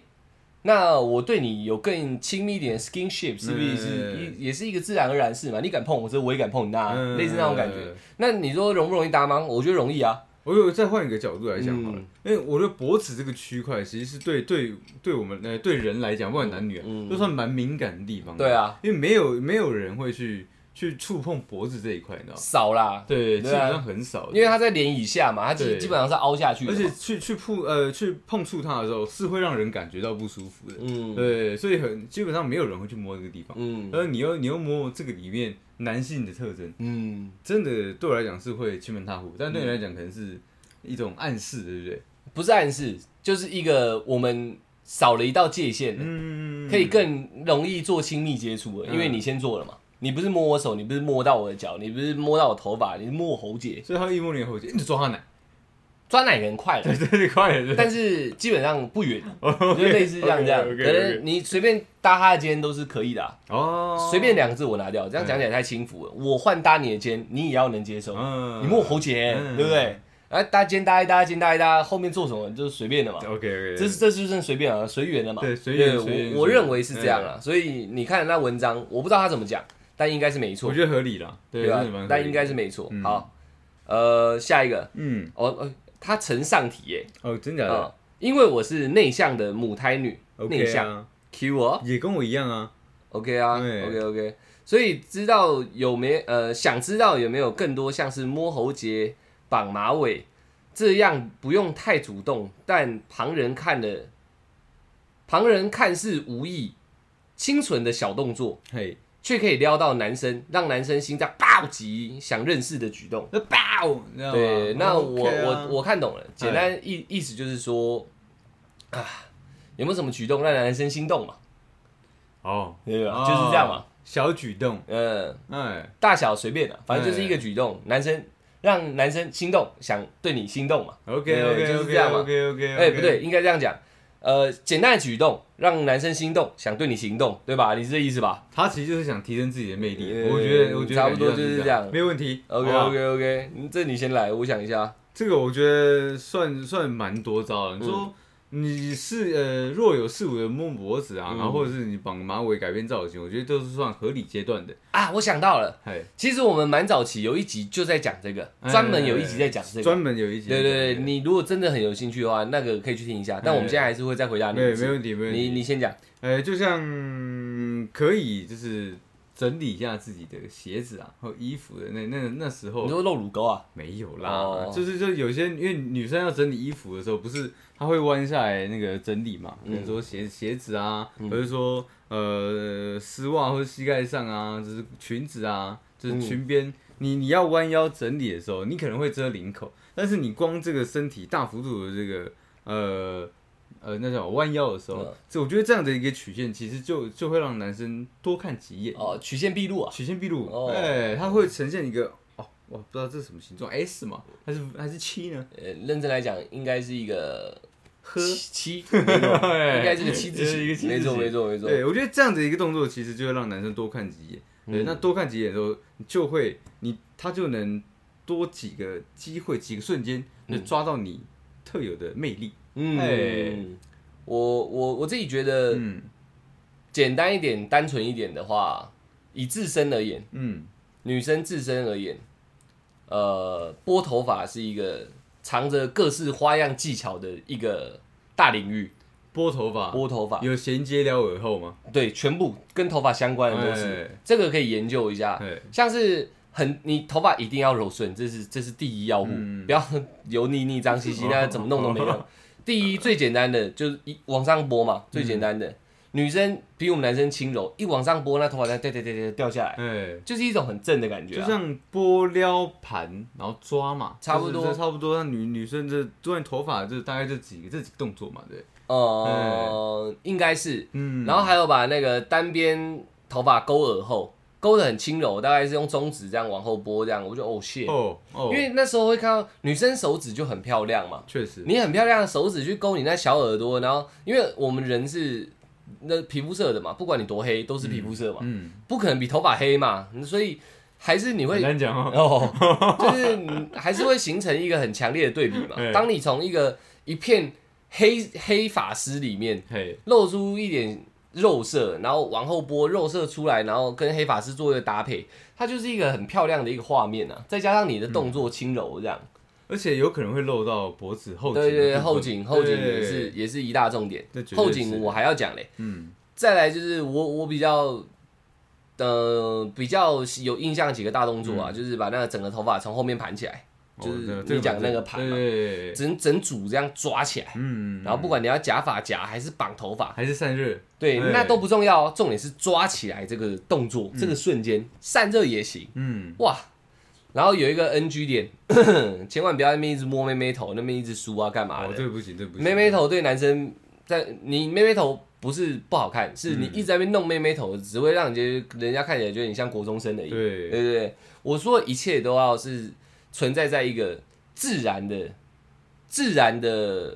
S1: 那我对你有更亲密一点的 skinship，是不是也是
S2: 嗯
S1: 也、也是一个自然而然是嘛？你敢碰我这，我也敢碰你那，
S2: 嗯
S1: 啊类似那种感觉。那你说容不容易搭吗？我觉得容易啊。
S2: 我有再换一个角度来讲好了
S1: 嗯，
S2: 因为我觉得脖子这个区块其实是对对对我们呃对人来讲，不管男女啊
S1: 嗯，
S2: 都算蛮敏感的地方。
S1: 对啊，
S2: 因为没有没有人会去去触碰脖子这一块，你知道吗？
S1: 少啦，
S2: 对，基
S1: 对啊
S2: 本上很少的，
S1: 因为它在脸以下嘛，它基
S2: 对
S1: 基本上是凹下去的
S2: 而
S1: 嘛，
S2: 且去去碰呃去碰触它的时候，是会让人感觉到不舒服的。
S1: 嗯
S2: 对，所以很基本上没有人会去摸这个地方。
S1: 嗯
S2: 而你又你又摸这个里面男性的特征，
S1: 嗯，
S2: 真的对我来讲是会欺门踏户，但对你来讲可能是一种暗示，对不对？
S1: 不是暗示，就是一个我们少了一道界限了，
S2: 嗯，
S1: 可以更容易做亲密接触了，因为
S2: 嗯
S1: 你先做了嘛。你不是摸我手，你不是摸到我的脚，你不是摸到我头发，你是摸我喉结，
S2: 所以他一摸你的喉结，你就抓他奶，
S1: 抓哪个人快了，
S2: 对对，快了，
S1: 但是基本上不 远，就类似这样这样，可
S2: OK，OK，OK
S1: 能你随便搭他的肩都是可以的啊，
S2: 哦，
S1: 随便两个字我拿掉，这样讲起来太轻浮了。我换搭你的肩，你也要能接受，
S2: 嗯，
S1: 你摸我喉结，
S2: 嗯
S1: 对不对？哎，搭肩搭一搭，肩搭一搭，后面做什么就是随便的嘛。
S2: OK OK，
S1: 这是这就是随便啊，随缘的嘛。
S2: 对随缘随
S1: 对
S2: 缘嗯
S1: 我我认为是这样啊。所以你看那文章，我不知道他怎么讲，但应该是没错
S2: 我，觉得合理啦，对
S1: 对吧
S2: 真的蛮合理？
S1: 但应该是没错。
S2: 嗯
S1: 好，呃，下一个，
S2: 嗯
S1: 哦，哦他呈上题耶，
S2: 哦，真假
S1: 啊
S2: 的，
S1: 因为我是内向的母胎女，嗯内
S2: ，OK
S1: 向
S2: 啊，
S1: Q 哦
S2: 也跟我一样啊，
S1: ，OK 啊
S2: 对
S1: ，OK OK，所以知道有没呃，想知道有没有更多像是摸喉结、绑马尾这样不用太主动，但旁人看的旁人看似无意清纯的小动作，
S2: 嘿，
S1: 却可以撩到男生，让男生心脏暴击，想认识的举动。
S2: 那爆，你知道吗
S1: 对，那我、
S2: OK 啊哎
S1: 我我看懂了，简单意意思就是说啊，有没有什么举动让男生心动嘛？
S2: 哦，
S1: 对吧？
S2: 哦
S1: 就是这样嘛。，
S2: 小举动，
S1: 嗯，
S2: 哎，
S1: 大小随便的、啊反正就是一个举动，男生让男生心动，想对你心动嘛。
S2: OK
S1: 对
S2: OK
S1: 就是这
S2: OK
S1: 样嘛
S2: OK OK，
S1: 哎、不对，，应该这样讲。呃，简单的举动让男生心动，想对你行动，对吧？你是这意思吧
S2: 他其实就是想提升自己的魅力，
S1: 呃
S2: 我觉得我觉得
S1: 差不多
S2: 感觉
S1: 就是
S2: 这
S1: 这样
S2: 没有问题。
S1: ？OK
S2: 好不好
S1: OK OK，这你先来，我想一下。啊
S2: 这个我觉得算算蛮多招的。你说
S1: 嗯
S2: 你是呃若有似无的摸脖子啊，
S1: 嗯
S2: 然后或者是你绑马尾改变造型，我觉得都是算合理阶段的。哎
S1: 啊，我想到了，
S2: 嘿，
S1: 其实我们蛮早期有一集就在讲这个，专门有一集在讲这个。
S2: 哎专门有一集。
S1: 对对对，你如果真的很有兴趣的话，那个可以去听一下。但我们现在还是会再回答你一
S2: 没有哎没
S1: 次。
S2: 问题没问
S1: 你
S2: 题。
S1: 你先讲，
S2: 呃，就像嗯可以就是整理一下自己的鞋子啊，还有衣服的那那那时
S1: 你
S2: 候
S1: 说露乳沟啊？
S2: 没有啦，
S1: 哦
S2: 就是就有些因为女生要整理衣服的时候，不是她会弯下来那个整理嘛，比
S1: 嗯
S2: 如说鞋鞋子啊，或者说呃丝袜或者膝盖上啊，就是裙子啊，就是裙边，
S1: 嗯
S2: 你你要弯腰整理的时候，你可能会遮领口，但是你光这个身体大幅度的这个呃。呃，那叫什么弯腰的时候
S1: 嗯，
S2: 这、我觉得这样的一个曲线，其实就就会让男生多看几眼，
S1: 哦，曲线毕露啊？
S2: 曲线毕露，哎、
S1: 哦
S2: 它会呈现一个哦，我不知道这是什么形状，S 嘛，还是还是七呢？
S1: 呃，认真来讲，应该是一个
S2: 呵哎
S1: 七， 七没错应该是个七字
S2: 一个
S1: 形，
S2: 七字形
S1: 没错没错没错。
S2: 对，我觉得这样的一个动作，其实就会让男生多看几眼。对，那多看几眼之后，你就会你他就能多几个机会，几个瞬间就抓到你特有的魅力。
S1: 嗯
S2: 哎，
S1: 我我我自己觉得
S2: 嗯
S1: 简单一点、单纯一点的话，以自身而言，
S2: 嗯，
S1: 女生自身而言，呃，拨头发是一个藏着各式花样技巧的一个大领域。啊
S2: 拨头发
S1: 拨头发，
S2: 有衔接撩耳后吗？
S1: 对，全部跟头发相关的都是
S2: 哎，
S1: 这个可以研究一下。
S2: 对，
S1: 像是很，你头发一定要柔顺，这是这是第一要务，
S2: 嗯哦
S1: 不要油腻腻、脏兮 兮，那怎么弄都没用。第一最简单的就是一往上拨嘛，最简单的。
S2: 嗯
S1: 女生比我们男生轻柔，一往上拨，那头发才掉掉掉掉掉下来，
S2: 哎，
S1: 就是一种很正的感觉、
S2: 就
S1: 啊。
S2: 像拨撩盘，然后抓嘛，
S1: 差不多
S2: 就是这差不多。那女女生这断头发，这大概这几个这几个动作嘛，对，
S1: 呃，应该是。
S2: 哎嗯，
S1: 然后还有把那个单边头发勾耳后，勾的很轻柔，大概是用中指这样往后拨，这样我就哦 shit，
S2: 哦哦，
S1: 因为那时候会看到女生手指就很漂亮嘛，
S2: 确实，
S1: 你很漂亮的手指去勾你那小耳朵，然后因为我们人是那皮肤色的嘛，不管你多黑都是皮肤色嘛，
S2: 嗯，
S1: 不可能比头发黑嘛，所以还是你会
S2: 很难讲哦，
S1: 哦， 就是你还是会形成一个很强烈的对比 嘛
S2: 哎。
S1: 当你从一个一片黑黑发丝里面
S2: 嘿，
S1: 露出一点肉色，然后往后拨肉色出来，然后跟黑发丝做一个搭配，它就是一个很漂亮的一个画面啊。再加上你的动作轻柔，这样，
S2: 而且有可能会露到脖子嗯后颈
S1: 对
S2: 的部分，
S1: 对对，后颈后颈也
S2: 对
S1: 是，也是一大重点
S2: 这绝。对
S1: 后
S2: 是
S1: 颈我还要讲嘞，
S2: 嗯，
S1: 再来就是我我比较。呃，比较有印象几个大动作
S2: 嗯
S1: 啊，就是把那个整个头发从后面盘起来，
S2: 哦
S1: 就是
S2: 这
S1: 你讲那个盘
S2: 对
S1: 嘛
S2: 对对对对，
S1: 整整组这样抓起来，
S2: 嗯，
S1: 然后不管你要夹发夹还是绑头发，
S2: 还是散热，
S1: 对，
S2: 对
S1: 那都不重要哦，重点是抓起来这个动作，这个瞬间散热也行，
S2: 嗯，
S1: 哇！然后有一个 NG 点， 千万不要在那边一直摸妹妹头，那边一直梳啊干嘛
S2: 哦，
S1: 的。
S2: 这个不行，这个不行，
S1: 妹妹头对男生，在你妹妹头不是不好看，是
S2: 嗯
S1: 你一直在那边弄妹妹头，只会让人觉得人家看起来觉得你像国中生而已。对
S2: 对，
S1: 对对，我说一切都要是存在在一个自然的、自然的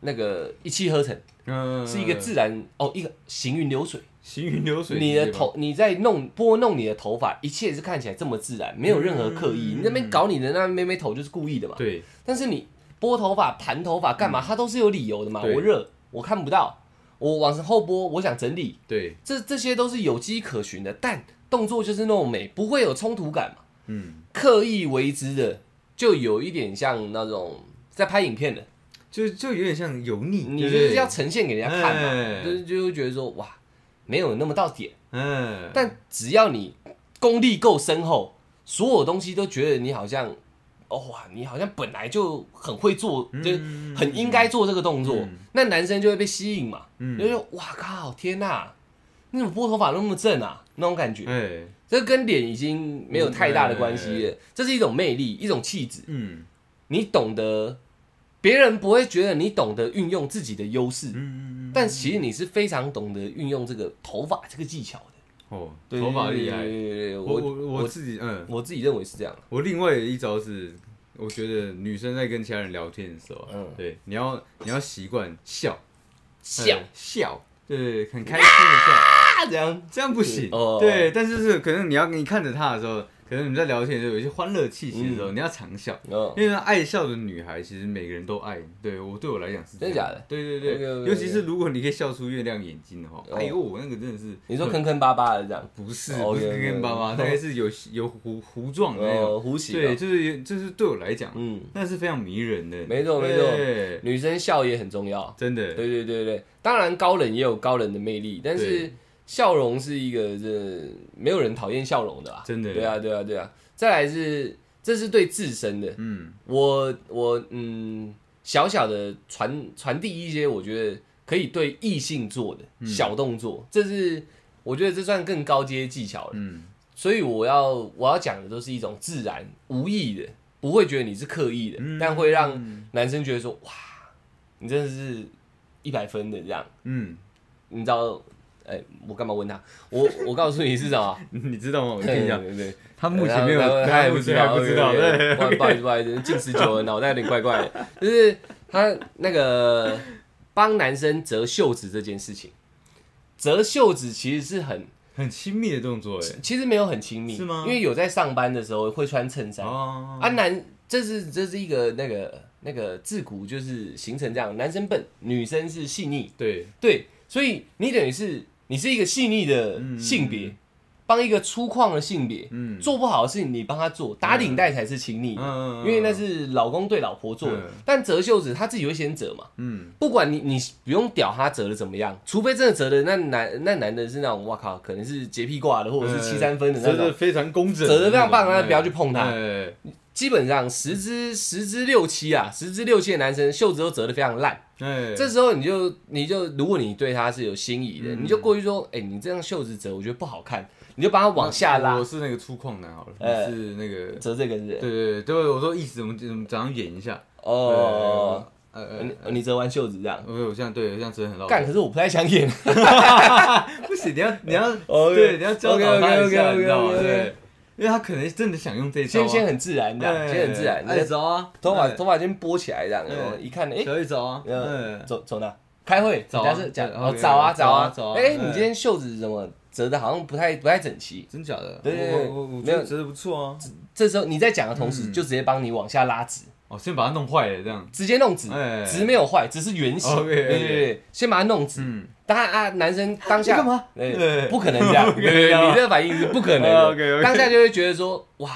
S1: 那个一气呵成，
S2: 嗯，
S1: 是一个自然哦，一个行云流水。
S2: 行云流水，
S1: 你的头，你在弄拨弄你的头发，一切是看起来这么自然，没有任何刻意。
S2: 嗯
S1: 你那边搞你的那妹妹头就是故意的嘛。
S2: 对，嗯
S1: 但是你拨头发、盘头发干嘛，它都是有理由的嘛。
S2: 对
S1: 我热，我看不到，我往后拨，我想整理，
S2: 对，
S1: 这这些都是有迹可循的。但动作就是那种美，不会有冲突感嘛。
S2: 嗯，
S1: 刻意为之的，就有一点像那种在拍影片的，
S2: 就就有点像油腻，
S1: 你
S2: 对
S1: 就
S2: 不对
S1: 是要呈现给人家看嘛，
S2: 哎
S1: 就是就会觉得说哇，没有那么到点。
S2: 嗯，
S1: 但只要你功力够深厚，所有东西都觉得你好像，哦哇，你好像本来就很会做，就是很应该做这个动作，
S2: 嗯
S1: 那男生就会被吸引嘛，
S2: 嗯
S1: 就说哇靠，天哪、你怎么拨头发那么正啊？那种感觉，
S2: 哎，
S1: 这跟脸已经没有太大的关系了，这是一种魅力，一种气质。
S2: 嗯
S1: 你懂得，别人不会觉得你懂得运用自己的优势，
S2: 嗯嗯，
S1: 但其实你是非常懂得运用这个头发这个技巧的。
S2: 哦，头发厉害
S1: 对，对对对对
S2: 我
S1: 我
S2: 我我
S1: 我
S2: 自己，嗯，
S1: 我自己认为是这样。
S2: 我另外一招是，我觉得女生在跟其他人聊天的时候啊，
S1: 嗯
S2: 对，你要你要习惯笑
S1: 笑
S2: 哎笑，对，很开心的笑。
S1: 啊，这样
S2: 这样不行。
S1: 哦
S2: 对，但是是可能你要你看着他的时候，可能你们在聊天的时候有一些欢乐气息的
S1: 嗯
S2: 时候，你要常笑。
S1: 哦，
S2: 因为爱笑的女孩，其实每个人都爱。对我对我来讲是这
S1: 真的
S2: 样
S1: 假的？
S2: 对对对
S1: OK，OK，OK
S2: 尤其是如果你可以笑出月亮眼睛的话，
S1: 哦
S2: 哎呦，那个真的是
S1: 你说坑坑巴巴的这样，
S2: 不是
S1: 哦
S2: 不是跟
S1: OK，OK，OK
S2: 跟爸爸，大概是有有糊糊状的那
S1: 哦，
S2: 种。
S1: 弧形
S2: 对，
S1: 哦，
S2: 就是有就是对我来讲，
S1: 嗯，
S2: 那是非常迷人的。
S1: 没错没错
S2: 对，
S1: 女生笑也很重要。
S2: 真
S1: 对
S2: 的。
S1: 对对对，当然高冷也有高冷的魅力，但是
S2: 对
S1: 笑容是一个这没有人讨厌笑容的啦。
S2: 真的
S1: 对啊对啊对啊。再来是这是对自身的，
S2: 嗯
S1: 我我嗯，小小的传传递一些我觉得可以对异性做
S2: 嗯
S1: 的小动作，这是我觉得这算更高阶技巧了。
S2: 嗯，
S1: 所以我要我要讲的都是一种自然无意的，不会觉得你是刻意的，
S2: 嗯
S1: 但会让男生觉得说哇，你真的是一百分的这样，
S2: 嗯，
S1: 你知道。哎、我干嘛问他？我我告诉你是什么？
S2: 你知道吗？我
S1: 我
S2: 跟你讲，
S1: 对对，
S2: 他目前没有，
S1: 他
S2: 还
S1: 还
S2: 不
S1: 不
S2: 知
S1: 知
S2: 道，
S1: 道，
S2: 不知道，
S1: 对
S2: 对，
S1: 不好不好意思，不好意思，近视久了，脑袋有点怪怪的。 就是他那个帮男生折袖子这件事情，折袖子其实是很，
S2: 很亲密的动作，哎，
S1: 其实没有很亲密，
S2: 是吗
S1: 因为有在上班的时候会穿衬衫
S2: 哦，
S1: 啊，男这是这是一个那个那个自古就是形成这样，男生笨，女生是细腻，
S2: 对，
S1: 对，所以你等于是你是一个细腻的
S2: 嗯
S1: 性别，帮一个粗犷的性别，
S2: 嗯，
S1: 做不好的事情你帮他做，打领带才是亲昵的，
S2: 嗯，嗯
S1: 因为那，是老公对老婆做的
S2: 嗯。
S1: 但折袖子他自己会先折嘛，
S2: 嗯，
S1: 不管你你不用屌他折的怎么样，除非真的折的那男那男的是那种哇靠，可能是洁癖挂的或
S2: 嗯
S1: 者是七三分的那
S2: 折的
S1: 种，
S2: 非常工整，
S1: 折得非常棒那不要去碰它
S2: 哎，
S1: 基本上十之十之六七啊，十之六七的男生袖子都折得非常烂。
S2: 哎，
S1: 这时候你就你就如果你对他是有心仪的，
S2: 嗯
S1: 你就过去说，哎，你这样袖子折我觉得不好看，你就把它往下拉
S2: 我，是那个粗犷男好了，
S1: 哎
S2: 你是那个，
S1: 折这个是
S2: 对
S1: 不是
S2: 对对，对，我说意思，我们我们早上演一下，
S1: 哦。
S2: 呃，呃
S1: 你你折完袖子这样。
S2: 呃，我这样对，我这样真的很老，
S1: 干，可是我不太想 演。
S2: 不行，你要你要，
S1: OK
S2: 对，你要教导他一下，
S1: OK，OK，OK，OK，OK，
S2: 你知道吗？
S1: OK，OK
S2: 对，因为他可能真的想用这一招啊，
S1: 先先很自然这样，
S2: 哎
S1: 先很自然。
S2: 哎，招啊，
S1: 头发
S2: 哎
S1: 头发先拨起来这样，
S2: 哎
S1: 然后一看，哎，
S2: 小一招啊，
S1: 呃
S2: 嗯，
S1: 走走哪？开会，
S2: 早啊
S1: 假设讲
S2: 对
S1: 哦
S2: OK，
S1: 早啊
S2: 早
S1: 早
S2: 啊
S1: 啊
S2: 早啊
S1: 哎，
S2: 哎
S1: 你今天袖子怎么折的好像不太不太整齐？
S2: 真假的？
S1: 对对对
S2: 我我我
S1: 没
S2: 觉
S1: 有
S2: 得觉得不错啊。
S1: 这时候你在讲的同
S2: 嗯
S1: 时，就直接帮你往下拉直，
S2: 哦，先把它弄坏了这样。
S1: 直接弄直
S2: 哎，
S1: 直没有坏，只是圆形。
S2: OK，OK
S1: 对对对，先把它弄直。
S2: 嗯，
S1: 当然啊，男生当下
S2: 你干 嘛
S1: 哎
S2: 哎
S1: 不可能这样，
S2: 不可
S1: 对
S2: 能
S1: 对
S2: 这样
S1: 对，
S2: 啊
S1: 你这个反应是不可能
S2: 啊
S1: 的。
S2: ，OK，OK
S1: 当下就会觉得说，哇，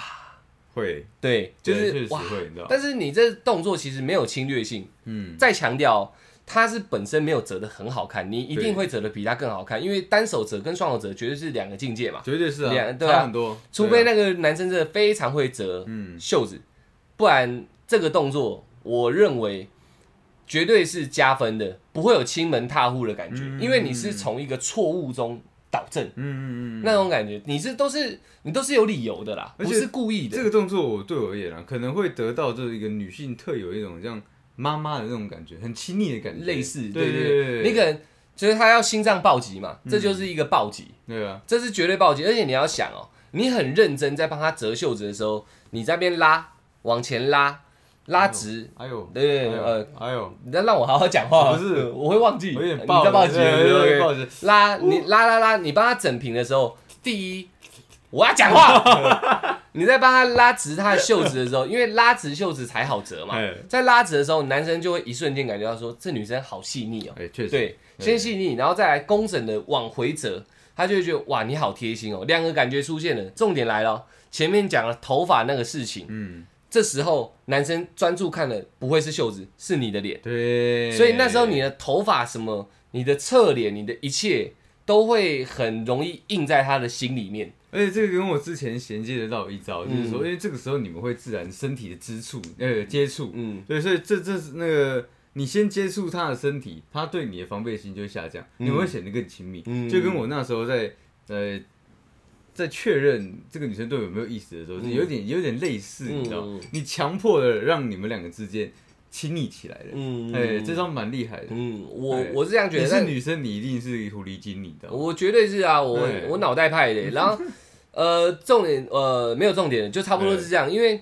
S2: 会，
S1: 对，就
S2: 对
S1: 是
S2: 确实
S1: 哇
S2: 会，你知道
S1: 但是你这动作其实没有侵略性，
S2: 嗯，
S1: 再强调，它是本身没有折的很好看，你一
S2: 对
S1: 定会折的比它更好看，因为单手折跟双手折绝对是两个境界嘛，
S2: 绝对是啊，
S1: 两对啊
S2: 差很多，
S1: 除非
S2: 对啊
S1: 那个男生真的非常会折
S2: 嗯
S1: 袖子，不然这个动作我认为绝对是加分的，不会有亲门踏户的感觉，
S2: 嗯
S1: 因为你是从一个错误中导正。
S2: 嗯嗯嗯，
S1: 那种感觉，你是都是你都是有理由的啦，
S2: 而
S1: 不
S2: 且
S1: 是故意的。
S2: 这个动作我对我而言啊，可能会得到这一个女性特有一种像妈妈的那种感觉，很亲密的感觉，
S1: 类似，
S2: 对
S1: 对
S2: 对嗯
S1: 对，你可能就是他要心脏暴击嘛，这就是一个暴击，
S2: 对啊，
S1: 这是绝对暴击，而且你要想哦，你很认真在帮他折袖子的时候，你在那边拉往前拉，拉直。
S2: 哎呦，
S1: 对对对，
S2: 呃
S1: 呃，，
S2: 哎呦，
S1: 你再让我好好讲话，
S2: 不是
S1: 我会忘记，
S2: 我有点哎
S1: 你
S2: 爆
S1: 再
S2: 了
S1: 帮我解
S2: 对对对
S1: 对
S2: 对
S1: 对
S2: 抱歉
S1: 拉你拉拉拉，你帮他整平的时候，第一我要讲话， 你在帮他拉直他的袖子的时候，因为拉直袖子才好折嘛
S2: 哎，
S1: 在拉直的时候，男生就会一瞬间感觉到说这女生好细腻哦，
S2: 哎，确实，
S1: 对，先细腻，然后再来工整的往回折，他就会觉得哇你好贴心哦，两个感觉出现了，重点来了哦，前面讲了头发那个事情，
S2: 嗯，
S1: 这时候男生专注看的不会是袖子，是你的脸。
S2: 对，
S1: 所以那时候你的头发什么，你的侧脸，你的一切都会很容易印在他的心里面。
S2: 而且这个跟我之前衔接得到一招，就是说，
S1: 嗯
S2: 因为这个时候你们会自然身体的接触，呃，接触，
S1: 嗯，
S2: 对，所以这这是那个你先接触他的身体，他对你的防备心就下降，你们会显得更亲密。
S1: 嗯
S2: 就跟我那时候在呃在确认这个女生对我有没有意思的时候，是有点有点类似，
S1: 嗯
S2: 你知道
S1: 嗯，
S2: 你强迫的让你们两个之间亲密起来了。
S1: 嗯
S2: 哎，这招蛮厉害的。
S1: 嗯，我
S2: 哎
S1: 我是这样觉
S2: 你
S1: 得，
S2: 是
S1: 但
S2: 女生，你一定是狐狸精，你的。
S1: 我绝对是啊，我
S2: 对
S1: 我脑袋派的。 然后呃，重点呃没有重点，就差不多是这样，因为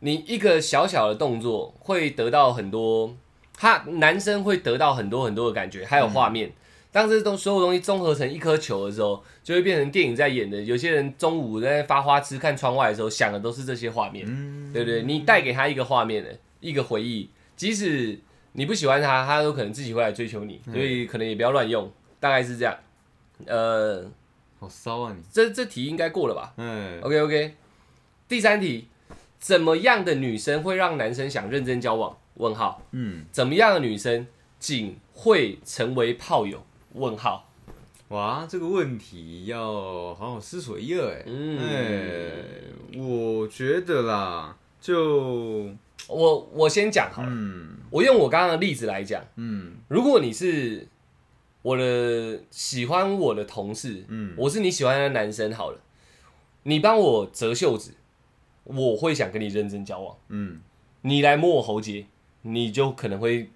S1: 你一个小小的动作会得到很多，他男生会得到很多很多的感觉，还有画
S2: 嗯
S1: 面。当这东所有东西综合成一颗球的时候，就会变成电影在演的。有些人中午在发花痴看窗外的时候，想的都是这些画面。
S2: 嗯，
S1: 对不对？你带给他一个画面的一个回忆，即使你不喜欢他，他都可能自己会来追求你，所以可能也不要乱用，大概是这样。呃，
S2: 好骚啊你。
S1: 这这题应该过了吧
S2: 哎，
S1: ？OK OK，第三题，怎么样的女生会让男生想认真交往？问号，
S2: 嗯，
S1: 怎么样的女生仅会成为炮友？问号，
S2: 哇，这个问题要好好思索一二哎。
S1: 嗯
S2: 哎，我觉得啦，就
S1: 我我先讲好了，
S2: 嗯
S1: 我用我刚刚的例子来讲，
S2: 嗯
S1: 如果你是我的喜欢我的同事，
S2: 嗯，
S1: 我是你喜欢的男生好了，你帮我折袖子，我会想跟你认真交往。
S2: 嗯，
S1: 你来摸我喉结，你就可能会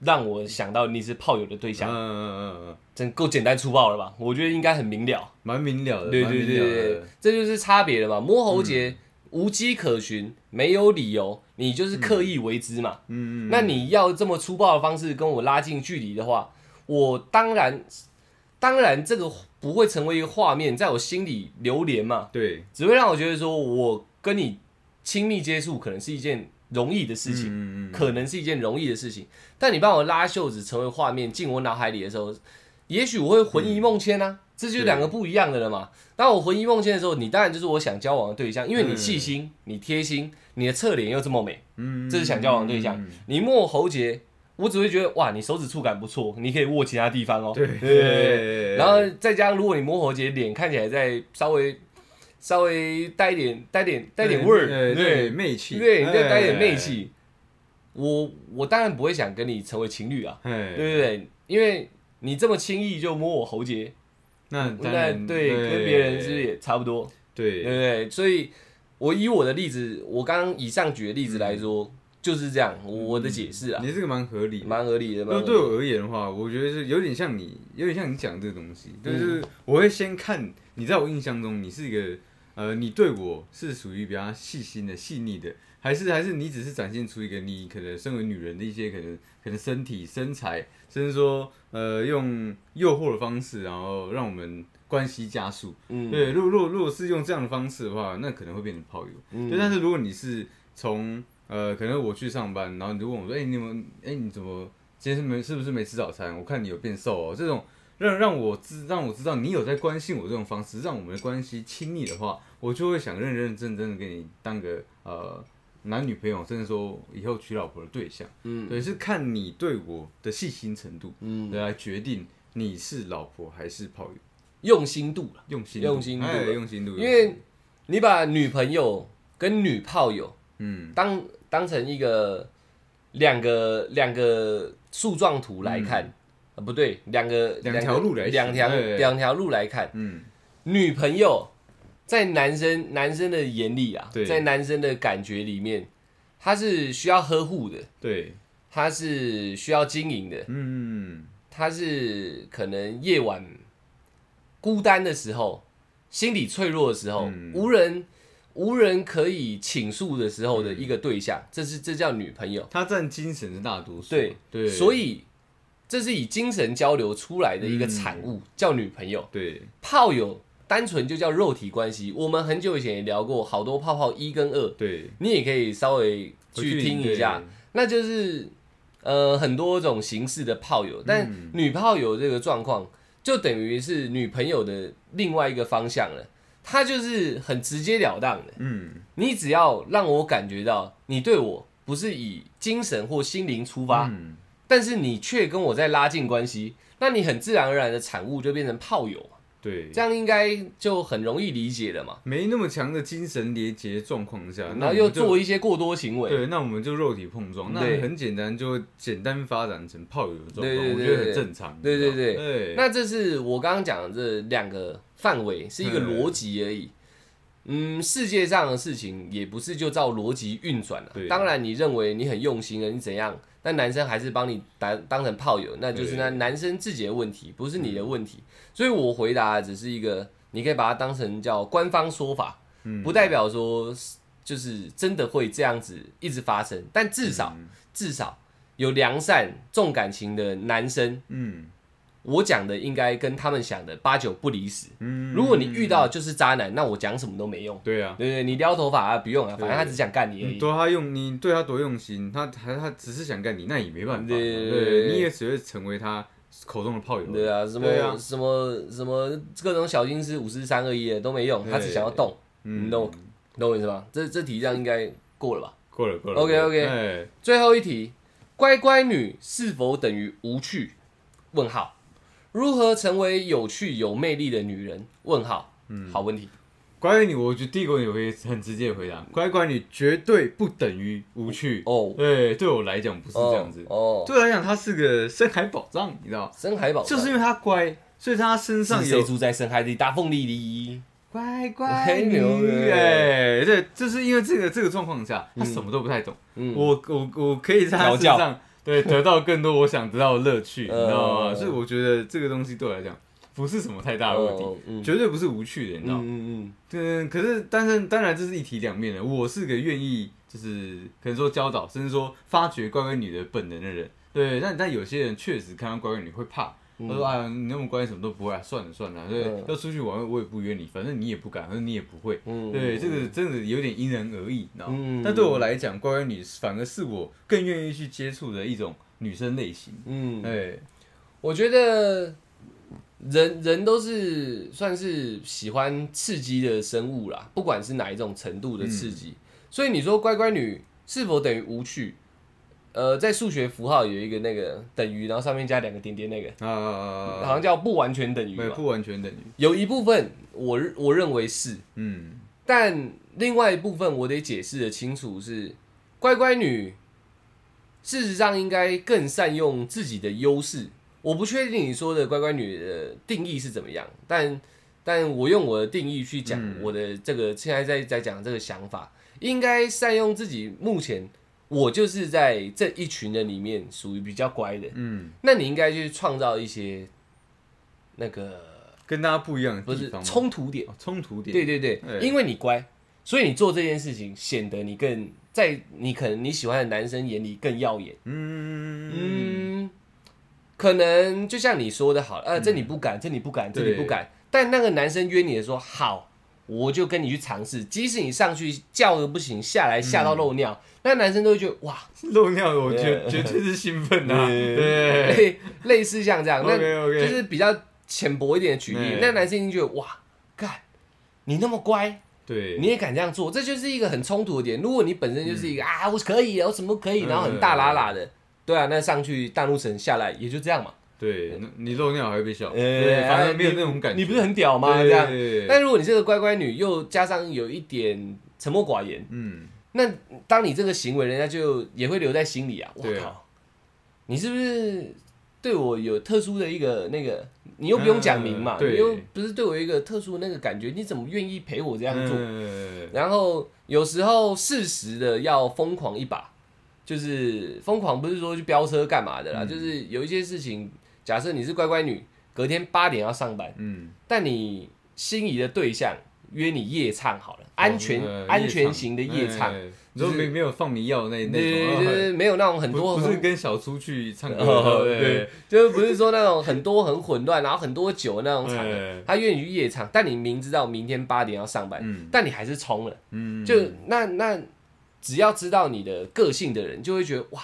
S1: 让我想到你是炮友的对
S2: 嗯
S1: 象。
S2: 嗯嗯，
S1: 真够简单粗暴了吧？我觉得应该很明了。
S2: 蛮明了的，
S1: 对
S2: 呃蛮
S1: 对
S2: 明
S1: 对
S2: 了
S1: 对
S2: 的，，嗯
S1: 这就是差别了嘛。摸喉结无迹可寻，没有理由，你就是刻意为之嘛。
S2: 嗯嗯，
S1: 那你要这么粗暴的方式跟我拉近距离的话，我当然当然这个不会成为一个画面，在我心里流连嘛，
S2: 对，
S1: 只会让我觉得说我跟你亲密接触可能是一件容易的事情，
S2: 嗯嗯
S1: 可能是一件容易的事情。但你帮我拉袖子成为画面进我脑海里的时候，也许我会魂
S2: 嗯
S1: 萦梦牵啊，这就是两个不一样的了嘛。当我魂萦梦牵的时候，你当然就是我想交往的对象，因为你细心，你贴心，你的侧脸又这么美。
S2: 嗯，
S1: 这是想交往对象。你摸我喉结，我只会觉得哇，你手指触感不错，你可以握其他地方哦。
S2: 对
S1: 对然后再加上，如果你摸喉结，脸看起来再稍微稍微带一点带点带
S2: 哎
S1: 点味儿，
S2: 对
S1: 对
S2: 媚气，哎
S1: 对，你再带点媚，气，我我当然不会想跟你成为情侣啊，
S2: 哎，
S1: 对不对？因为你这么轻易就摸我喉结，
S2: 那
S1: 那对跟别人是不是也差不多？
S2: 对
S1: 对不对？所以，我以我的例子，我刚刚以上举的例子来说，
S2: 嗯
S1: 就是这样，我的解释啊，
S2: 你这个蛮合理，
S1: 蛮合理的，蛮
S2: 那
S1: 合理
S2: 嗯对我而言的话，我觉得是有点像你，有点像你讲这个东西，
S1: 嗯
S2: 就是我会先看你，在我印象中你是一个，呃，你对我是属于比较细心的、细腻的，还是还是你只是展现出一个你可能身为女人的一些可能可能身体、身材，甚至说呃用诱惑的方式，然后让我们关系加速。
S1: 嗯，
S2: 对，如果如果如果是用这样的方式的话，那可能会变成炮友。
S1: 嗯
S2: 对，但是如果你是从呃，可能我去上班，然后你就问我说，哎、你有没有？哎、你怎么今天是没是不是没吃早餐？我看你有变瘦哦。这种让让我知让我知道你有在关心我这种方式，让我们的关系亲密的话，我就会想认认真真的跟你当个呃男女朋友，甚至说以后娶老婆的对象。
S1: 嗯
S2: 对，是看你对我的细心程度，
S1: 嗯，
S2: 来决定你是老婆还是炮友。
S1: 用心度了，
S2: 用心
S1: 用心度
S2: 哎
S1: 了
S2: 用心度，
S1: 因为你把女朋友跟女炮友
S2: 嗯
S1: 当当成一个两个两个树状图来看，啊不对，两个
S2: 嗯两
S1: 个
S2: 条路来
S1: 两条
S2: 对对对
S1: 两条路来看，
S2: 嗯
S1: 女朋友在男生男生的眼里啊
S2: 对，
S1: 在男生的感觉里面，她是需要呵护的，
S2: 对，
S1: 她是需要经营的，
S2: 嗯
S1: 她是可能夜晚孤单的时候，心理脆弱的时候，
S2: 嗯
S1: 无人无人可以倾诉的时候的一个对象，这是这叫女朋友。
S2: 他占精神是大多数，
S1: 对
S2: 对，
S1: 所以这是以精神交流出来的一个产物，叫女朋友。
S2: 对
S1: 炮友单纯就叫肉体关系，我们很久以前也聊过，好多泡泡一跟二，
S2: 对，
S1: 你也可以稍微去听一下。那就是呃很多种形式的炮友，但女炮友这个状况就等于是女朋友的另外一个方向了，她就是很直截了当的，
S2: 嗯，
S1: 你只要让我感觉到你对我不是以精神或心灵出发，
S2: 嗯
S1: 但是你却跟我在拉近关系，那你很自然而然的产物就变成炮友，
S2: 对，
S1: 这样应该就很容易理解了嘛。
S2: 没那么强的精神连结状况下，
S1: 然
S2: 啊那
S1: 后又
S2: 我们就
S1: 做一些过多行为，
S2: 对，那我们就肉体碰撞，那
S1: 对
S2: 很简单，就会简单发展成炮友的状
S1: 对
S2: 况，
S1: 对
S2: 我
S1: 对
S2: 觉得
S1: 对
S2: 很正常。
S1: 对对对
S2: 对，
S1: 那这是我刚刚讲的这两个范围，是一个
S2: 嗯
S1: 逻辑而已。嗯，世界上的事情也不是就照逻辑运转了
S2: 对。啊
S1: 当然，你认为你很用心了，你怎样？但男生还是帮你当当成炮友，那就是
S2: 对嗯
S1: 那男生自己的问题，不是你的问题。所以我回答的只是一个，你可以把它当成叫官方说法，
S2: 嗯
S1: 不代表说是就是真的会这样子一直发生。但至少、
S2: 嗯
S1: 至少有良善、重感情的男生，
S2: 嗯
S1: 我讲的应该跟他们想的八九不离十。
S2: 嗯，
S1: 如果你遇到就是渣男，那我讲什么都没用，
S2: 对啊，
S1: 对不对？你撩头发啊，不用啊，反正他只想干你而
S2: 你
S1: 已。
S2: 对他用你对他多用心，他还他只是想干你，那也没办法，
S1: 对对对对
S2: 你也只会成为他口中的炮友。
S1: 对啊，什么
S2: 对啊
S1: 什么什么各种小心思、五四三二一的都没用，
S2: 对
S1: 他只想要动，
S2: 嗯
S1: 你懂懂我意思吗？这这题这样应该过了吧？
S2: 过了过了
S1: OK，OK
S2: 哎，
S1: 最后一题，乖乖女是否等于无趣？问号。如何成为有趣有魅力的女人？问号。嗯，好问题。
S2: 关于你，我觉得第一个问题我可以很直接回答，乖乖，你绝对不等于无趣。
S1: 哦，
S2: 对，对我来嗯讲不是这样子，
S1: 哦，哦
S2: 对我来讲它是个深海宝藏，你知道，
S1: 深海宝藏
S2: 就是因为它乖，所以它身上
S1: 是谁
S2: 有
S1: 住在深海里？大凤梨梨。
S2: 乖
S1: 乖
S2: 乖女
S1: 牛的
S2: 哎，对，就是因为这个这个状况下，他什么都不太懂。
S1: 嗯
S2: 我我我可以在他
S1: 调
S2: 身
S1: 教
S2: 上对得到更多我想得到的乐趣，你知道吗？
S1: 嗯
S2: 所以我觉得这个东西对我来讲不是什么太大的问
S1: 哦
S2: 题，
S1: 嗯
S2: 绝对不是无趣的，你知道吗。
S1: 嗯嗯
S2: 嗯，可是但是当然这是一体两面的。我是个愿意就是可能说教导，甚至说发掘乖乖女的本能的人。对，但但有些人确实看到乖乖女会怕，他说：“啊，你那么乖，什么都不会啊，算了算了，对，
S1: 嗯
S2: 要出去玩我也不约你，反正你也不敢，反正你也不会。”
S1: 嗯
S2: 对，这个真的有点因人而异，你知道吗？
S1: 嗯
S2: 但对我来讲，乖乖女反而是我更愿意去接触的一种女生类型。
S1: 嗯嗯，
S2: 对，
S1: 我觉得人人都是算是喜欢刺激的生物啦，不管是哪一种程度的刺激。所以你说乖乖女是否等于无趣？呃，在数学符号有一个那个等于，然后上面加两个点点，那个
S2: 啊，
S1: 好像叫哦不完全等于
S2: 没有
S1: 吧。
S2: 不完全等于，
S1: 有一部分我我认为是，
S2: 嗯，
S1: 但另外一部分我得解释的清楚是，乖乖女事实上应该更善用自己的优势。我不确定你说的乖乖女的定义是怎么样，但但我用我的定义去讲
S2: 嗯
S1: 我的这个、现在在在讲这个想法，应该善用自己目前我就是在这一群人里面属于比较乖的，
S2: 嗯，
S1: 那你应该去创造一些那个
S2: 跟大家不一样
S1: 不
S2: 的地
S1: 是
S2: 方吗
S1: 冲突点。
S2: 哦冲突点，
S1: 对对对，
S2: 对
S1: 因为你乖，所以你做这件事情显得你更在你可能你喜欢的男生眼里更耀眼。
S2: 嗯， 嗯
S1: 嗯，可能就像你说的好了，呃，这你不敢，这你不敢，这你
S2: 对
S1: 不敢。但那个男生约你的说好，我就跟你去尝试，即使你上去叫的不行，下来吓到漏尿，
S2: 嗯
S1: 那男生都会觉得哇，
S2: 漏尿我绝
S1: 对
S2: 绝对是兴奋的啊，
S1: 对
S2: 对，
S1: 类类似像这样，那
S2: OK，OK
S1: 就是比较浅薄一点的举例
S2: 对。
S1: 那男生一定觉得哇，干，你那么乖，
S2: 对，
S1: 你也敢这样做，这就是一个很冲突的点。如果你本身就是一个、啊，我可以，我什么都可以，
S2: 嗯
S1: 然后很大喇喇的，对啊，那上去大怒神下来也就这样嘛。
S2: 对，那你漏尿还会被笑，
S1: 呃
S2: 对，哎反正没有那种感觉，
S1: 你不是很屌吗？
S2: 对
S1: 这样。
S2: 对
S1: 但如果你这个乖乖女又加上有一点沉默寡言，
S2: 嗯，
S1: 那当你这个行为，人家就也会留在心里啊。我
S2: 对啊
S1: 靠，你是不是对我有特殊的一个那个？你又不用讲明嘛，
S2: 嗯对
S1: 你又不是对我有一个特殊的那个感觉，你怎么愿意陪我这样做？
S2: 嗯
S1: 然后有时候适时的要疯狂一把，就是疯狂不是说去飙车干嘛
S2: 嗯
S1: 的啦，就是有一些事情，假设你是乖乖女，隔天八点要上班，
S2: 嗯，
S1: 但你心仪的对象约你夜唱好了，安全、
S2: 呃
S1: 安全型的夜唱，
S2: 哎你说
S1: 就是
S2: 没没有放迷药那那
S1: 对对对，
S2: 种
S1: 就
S2: 啊，
S1: 是没有那种很多
S2: 不不
S1: 很
S2: 是跟小猪去 唱
S1: 哦
S2: 歌，
S1: 对
S2: 对，
S1: 就是不是说那种很多很混乱，然后很多酒那种场合
S2: 哎，
S1: 他愿意去夜场，但你明知道明天八点要上班，
S2: 嗯
S1: 但你还是冲了，
S2: 嗯，
S1: 就那那只要知道你的个性的人，就会觉得哇，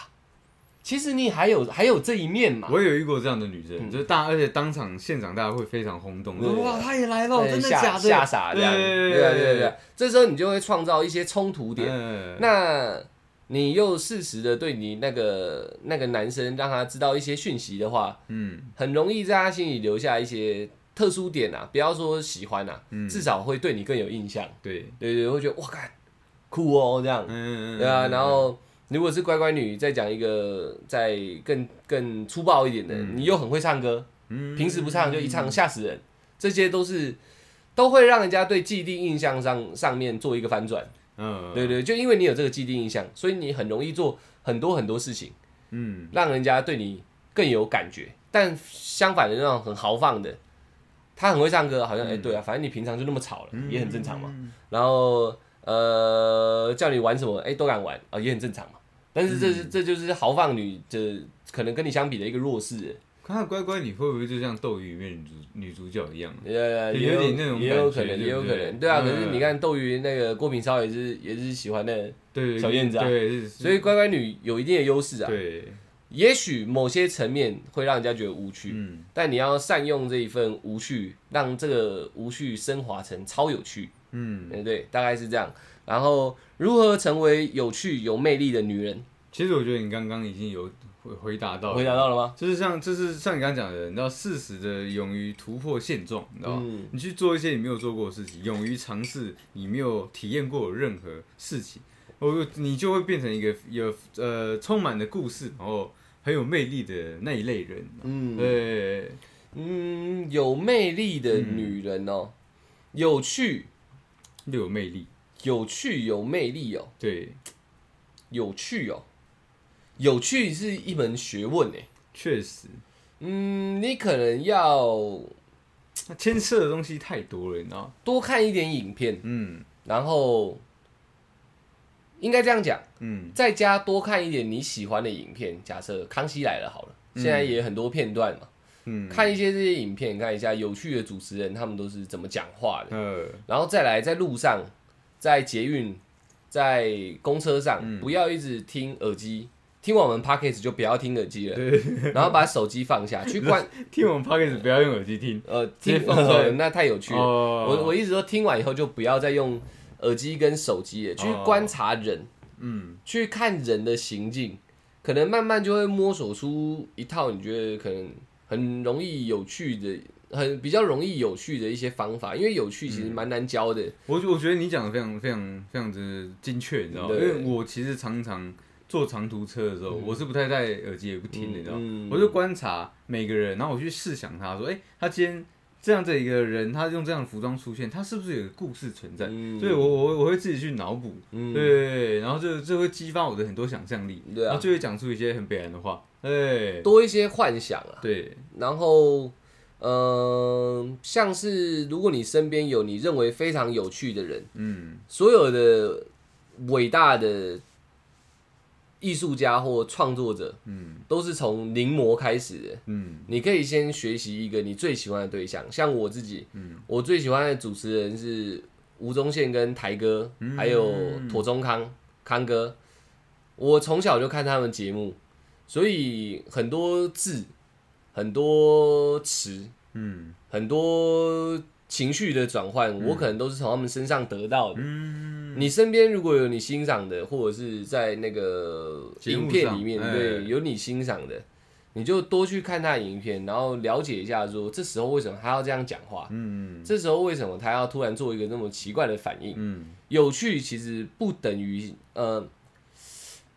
S1: 其实你还有还有这一面嘛。
S2: 我也有遇过这样的女生，就是大，而且当场现场大家会非常轰动，
S1: 嗯对
S2: 说哇，她也来了，
S1: 对
S2: 真的
S1: 哎吓
S2: 假的？
S1: 吓傻这样，
S2: 对
S1: 对啊对啊对啊，这时候你就会创造一些冲突点，
S2: 嗯
S1: 那你又适时的对你那个那个男生让他知道一些讯息的话，
S2: 嗯，
S1: 很容易在他心里留下一些特殊点啊，不要说喜欢啊，
S2: 嗯
S1: 至少会对你更有印象。
S2: 对，
S1: 对对，会觉得哇，干酷哦这样，
S2: 嗯，
S1: 对啊。然后如果是乖乖女，再讲一个再更更粗暴一点的，你又很会唱歌，
S2: 嗯
S1: 平时不唱就一唱吓死人，这些都是都会让人家对既定印象上上面做一个翻转。
S2: 嗯，
S1: 对对，就因为你有这个既定印象，所以你很容易做很多很多事情，
S2: 嗯，
S1: 让人家对你更有感觉。但相反的那种很豪放的，他很会唱歌，好像哎、
S2: 嗯
S1: 对啊，反正你平常就那么吵了，也很正常嘛。然后呃，叫你玩什么，哎、都敢玩啊、也很正常嘛。但是这
S2: 嗯
S1: 是、这就是豪放女的可能跟你相比的一个弱势，
S2: 看看乖乖，你会不会就像《斗鱼》里面女主女主角一样？
S1: 呃，
S2: 有
S1: 也有
S2: 点那种
S1: 也有
S2: 感
S1: 可
S2: 觉
S1: 能，
S2: 对
S1: 也有
S2: 不
S1: 可
S2: 对
S1: 能，对啊。可是
S2: 嗯
S1: 你看斗鱼那个郭品超也是也是喜欢的，
S2: 对，
S1: 小燕子啊
S2: 对，是
S1: 所以乖乖女有一定的优势啊。
S2: 对，
S1: 也许某些层面会让人家觉得无趣，
S2: 嗯，
S1: 但你要善用这一份无趣，让这个无趣升华成超有趣，
S2: 嗯，
S1: 对不对？大概是这样。然后，如何成为有趣有魅力的女人？
S2: 其实我觉得你刚刚已经有回回答到了，
S1: 回答到了吗？
S2: 就是像，就是像你刚刚讲的，你知道，适时的勇于突破现状，你知道吗？
S1: 嗯
S2: 你去做一些你没有做过的事情，勇于尝试你没有体验过的任何事情，我你就会变成一个有呃充满了故事，然后很有魅力的那一类人。
S1: 嗯
S2: 对，
S1: 嗯，有魅力的女人哦，有趣
S2: 又有魅力，
S1: 有趣有魅力哦，
S2: 对，
S1: 有趣哦，有趣是一门学问诶。
S2: 确实，
S1: 嗯，你可能要
S2: 那牵涉的东西太多了，你知道吗？
S1: 多看一点影片，
S2: 嗯
S1: 然后应该这样讲，
S2: 嗯
S1: 在家多看一点你喜欢的影片。假设《康熙来了》好了，现在也很多片段嘛，
S2: 嗯，
S1: 看一些这些影片，看一下有趣的主持人他们都是怎么讲话的，
S2: 呃，
S1: 然后再来在路上、在捷运、在公车上，
S2: 嗯
S1: 不要一直听耳机。听完我们 podcast 就不要听耳机了， 然后把手机放下，去 关
S2: 听我们 podcast 不要用耳机听
S1: 呃
S2: 接
S1: 听
S2: 放出来
S1: 呃那太有趣了，
S2: 哦
S1: 我我一直说听完以后就不要再用耳机跟手机了，去
S2: 哦
S1: 观察人，
S2: 嗯
S1: 去看人的行径，可能慢慢就会摸索出一套你觉得可能很容易有趣的、很比较容易有趣的一些方法，因为有趣其
S2: 嗯
S1: 实蛮难教的。
S2: 我我觉得你讲的非常非常非常的精确，你知道吗？因
S1: 对嗯
S2: 为我其实常常坐长途车的时候，我是不太戴耳机也不听的，你知道吗？
S1: 嗯嗯
S2: 我就观察每个人，然后我去试想他说，哎、他今天这样的一个人，他用这样的服装出现，他是不是有个故事存在？
S1: 嗯
S2: 所以我我我会自己去脑补，
S1: 嗯
S2: 对，然后就就会激发我的很多想象力，
S1: 对啊
S2: 然后就会讲出一些很北然的话，对
S1: 多一些幻想啊，
S2: 对，
S1: 然后。嗯、像是如果你身边有你认为非常有趣的人，
S2: 嗯
S1: 所有的伟大的艺术家或创作者，
S2: 嗯
S1: 都是从临摹开始的。
S2: 嗯
S1: 你可以先学习一个你最喜欢的对象，像我自己，我最喜欢的主持人是吴宗宪跟台哥，还有妥中康康哥。我从小就看他们节目，所以很多字、很多词、
S2: 嗯
S1: 很多情绪的转换，我可能都是从他们身上得到的。
S2: 嗯，
S1: 你身边如果有你欣赏的，或者是在那个
S2: 节目
S1: 影
S2: 上
S1: 片里面，
S2: 哎
S1: 对，有你欣赏的，你就多去看他的影片，然后了解一下说这时候为什么他要这样讲话，
S2: 嗯
S1: 这时候为什么他要突然做一个那么奇怪的反应。
S2: 嗯，
S1: 有趣其实不等于呃，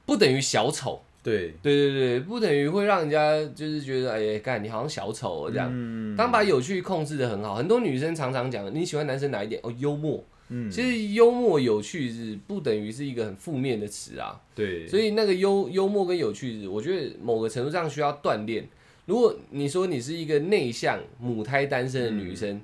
S1: 不等于小丑，
S2: 对，
S1: 对对对，不等于会让人家就是觉得哎呀，干你好像小丑哦这样。
S2: 嗯
S1: 当把有趣控制的很好，很多女生常常讲你喜欢男生哪一点哦，幽默。
S2: 嗯，
S1: 其实幽默有趣是不等于是一个很负面的词啊，
S2: 对，
S1: 所以那个幽幽默跟有趣是，我觉得某个程度上需
S2: 嗯
S1: 要锻炼。如果你说你是一个内向母胎单身的女生，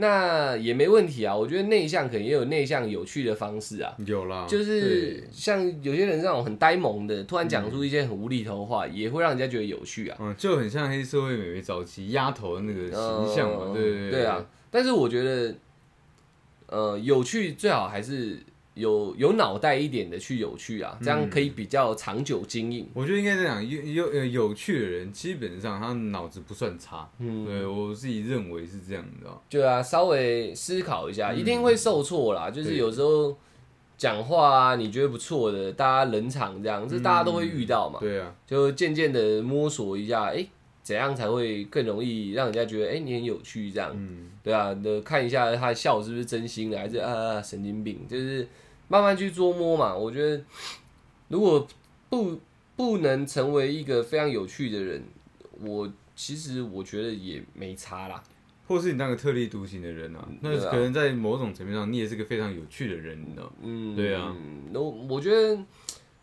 S1: 那也没问题啊。我觉得内向可能也有内向有趣的方式啊，
S2: 有啦，
S1: 就是
S2: 哦对，
S1: 像有些人那种很呆萌的，突然讲出一些很无厘头的话，也会让人家觉得有趣啊。
S2: 嗯，就很像黑社会美眉早期丫头的那个形象嘛，
S1: 呃
S2: 对对
S1: 对啊，。但是我觉得，呃，有趣最好还是有有脑袋一点的去有趣
S2: 嗯
S1: 啊，这样可以比较长久经营。
S2: 我觉得应该这样，有有呃有趣的人，基本上他脑子不算差，
S1: 嗯
S2: 对我自己认为是这样，你知道？
S1: 对啊，稍微思考一下，一定会受挫啦。就是
S2: 嗯对
S1: 有时候讲话啊，你觉得不错的，大家冷场这样，这大家都会遇到嘛。
S2: 对啊，
S1: 就渐渐的摸索一下，哎、怎样才会更容易让人家觉得，哎、你很有趣这样。
S2: 嗯，
S1: 对啊，那看一下他笑是不是真心的，还是啊神经病，就是慢慢去捉摸嘛。我觉得如果不不能成为一个非常有趣的人，我其实我觉得也没差啦。
S2: 或是你当个特立独行的人啊，那
S1: 对啊
S2: 可能在某种层面上，你也是个非常有趣的人，你知道？
S1: 嗯，
S2: 对啊
S1: 嗯，那我我觉得，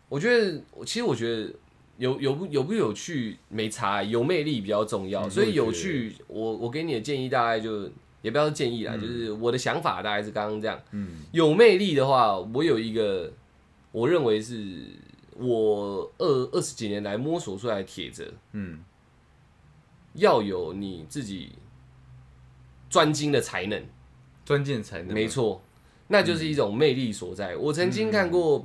S1: 我觉得，其实我觉得有有不有不有趣没差，有魅力比较重要。
S2: 嗯
S1: 所
S2: 我
S1: 以
S2: 也觉得嗯
S1: 有趣，我我给你的建议大概就也不要建议啦，就是我的想法大概是刚刚这样。
S2: 嗯，
S1: 有魅力的话，我有一个我认为是我二二十几年来摸索出来的铁则，
S2: 嗯，
S1: 要有你自己专精的才能。
S2: 专见才能嘛，
S1: 没错，那
S2: 嗯
S1: 就是一种魅力所在。我曾经看过，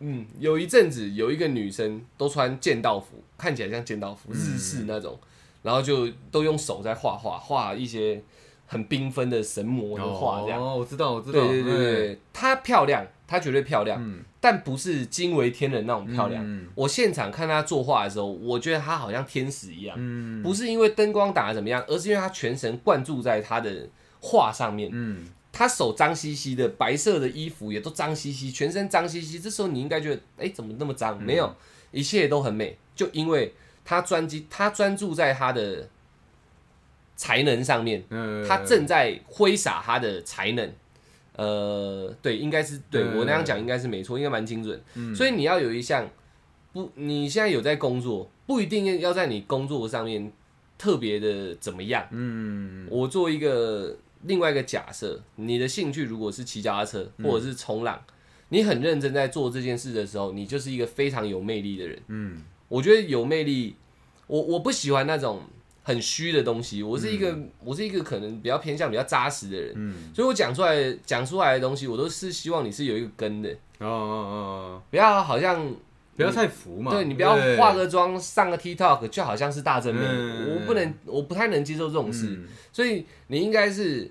S1: 嗯，有一阵子有一个女生都穿剑道服，看起来像剑道服，日
S2: 嗯
S1: 式那种，然后就都用手在画画，画一些很缤纷的神魔的画，这样。
S2: 哦，我知道，我知道，
S1: 对对对对
S2: 哎，
S1: 对，她漂亮，她绝对漂亮，
S2: 嗯
S1: 但不是惊为天人那种漂亮。
S2: 嗯
S1: 我现场看她作画的时候，我觉得她好像天使一样，
S2: 嗯
S1: 不是因为灯光打的怎么样，而是因为她全神贯注在她的画上面。
S2: 嗯，
S1: 他手脏兮兮的，白色的衣服也都脏兮兮，全身脏兮兮。这时候你应该觉得，哎、怎么那么脏？没有，一切都很美，就因为他专注，他专注在他的才能上面，
S2: 呃
S1: 他正在挥洒他的才能。呃，对，应该是对
S2: 嗯
S1: 我那样讲应该是没错，应该蛮精准。所以你要有一项不，你现在有在工作，不一定要在你工作上面特别的怎么样。
S2: 嗯
S1: 我做一个另外一个假设，你的兴趣如果是骑脚踏车或者是冲浪，你很认真在做这件事的时候，你就是一个非常有魅力的人。
S2: 嗯
S1: 我觉得有魅力，我我不喜欢那种很虚的东西。我是一个、我是一个可能比较偏向比较扎实的人，
S2: 嗯，
S1: 所以我讲出来讲出来的东西，我都是希望你是有一个根的，
S2: 哦哦哦
S1: 不要好像
S2: 哦，不要太浮嘛，
S1: 对你不要化个妆上个 TikTok 就好像是大正妹，
S2: 嗯
S1: 我不能我不太能接受这种事。
S2: 嗯
S1: 所以你应该是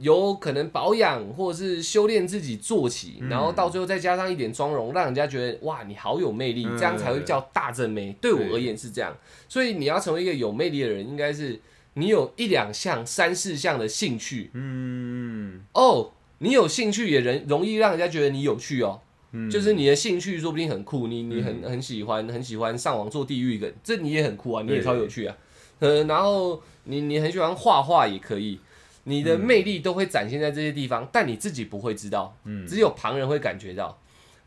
S1: 有可能保养或者是修炼自己做起，
S2: 嗯
S1: 然后到最后再加上一点妆容，让人家觉得哇你好有魅力，
S2: 嗯
S1: 这样才会叫大正妹。对我而言是这样，所以你要成为一个有魅力的人，应该是你有一两项、三四项的兴趣
S2: 嗯
S1: 哦。你有兴趣也人容易让人家觉得你有趣哦，
S2: 嗯，
S1: 就是你的兴趣说不定很酷，你你很很喜欢很喜欢上网做地狱梗，这你也很酷啊，你也
S2: 对
S1: 超有趣啊。呃，然后你你很喜欢画画也可以，你的魅力都会展现在这些地方，但你自己不会知道，
S2: 嗯
S1: 只有旁人会感觉到。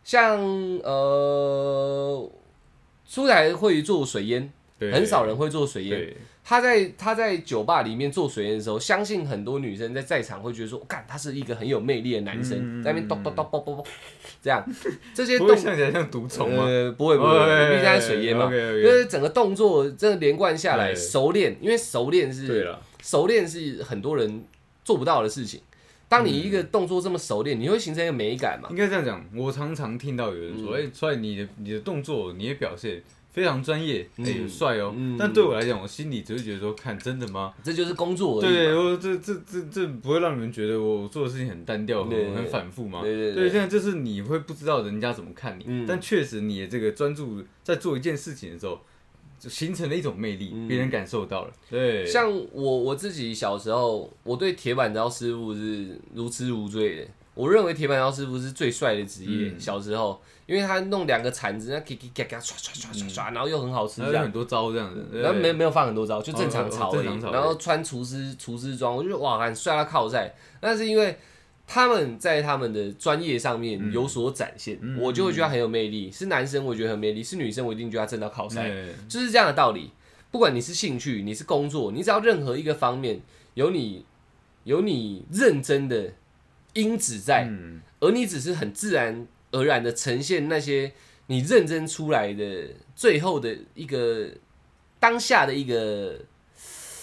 S1: 像呃，出来会做水烟，
S2: 对
S1: 很少人会做水烟。
S2: 对，
S1: 他在他在酒吧里面做水烟的时候，相信很多女生在在场会觉得说，干他是一个很有魅力的男生，
S2: 嗯
S1: 在那边咚咚咚咚咚咚，这 样这些
S2: 不
S1: 动
S2: 会像起来像毒虫啊吗？
S1: 呃，不会不哎会，因为现在水烟嘛，就
S2: OK，OK
S1: 是整个动作这连贯下来，
S2: 对
S1: 熟练，因为熟练
S2: 对
S1: 是
S2: 了，
S1: 熟练是很多人做不到的事情。当你一个动作这么熟练，你会形成一个美感嘛？
S2: 应该这样讲，我常常听到有人
S1: 嗯
S2: 说，哎，帅，你的你的动作，你的表现。非常专业，哎、
S1: 嗯
S2: 帅哦！
S1: 嗯
S2: 但对我来讲，我心里只是觉得说，看真的吗？
S1: 这就是工作而已
S2: 对，
S1: 嘛。
S2: 我这这这这不会让你们觉得我做的事情很单调，
S1: 对
S2: 很很反复吗？
S1: 对对对
S2: 对，现在就是你会不知道人家怎么看你，
S1: 嗯
S2: 但确实你的这个专注在做一件事情的时候，就形成了一种魅力，
S1: 嗯
S2: 别、人感受到了。对，
S1: 像我我自己小时候，我对铁板烧师傅是如痴如醉的。我认为铁板烧师傅是最帅的职业。
S2: 嗯
S1: 小时候，因为他弄两个铲子，那叽叽嘎嘎刷刷刷刷刷，然后又很好吃，
S2: 还
S1: 这
S2: 有
S1: 样
S2: 很。多招这样子，嗯哎对
S1: 嗯然后没没有放很多招，就正常炒而
S2: 哦哦哦正
S1: 已
S2: 常。炒
S1: 然后穿厨师厨师装，我就觉得哇，很帅到靠在。那是因为他们在他们的专业上
S2: 嗯
S1: 面有所展现，我就会觉得他很有魅力。是男生我也觉得很有魅力，是女生我一定觉得他正到靠山。
S2: 对
S1: 就是这样的道理。不管你是兴趣，你是工作，你只要任何一个方面有你有你认真的因子在，
S2: 嗯，
S1: 而你只是很自然而然的呈现那些你认真出来的最后的一个当下的一个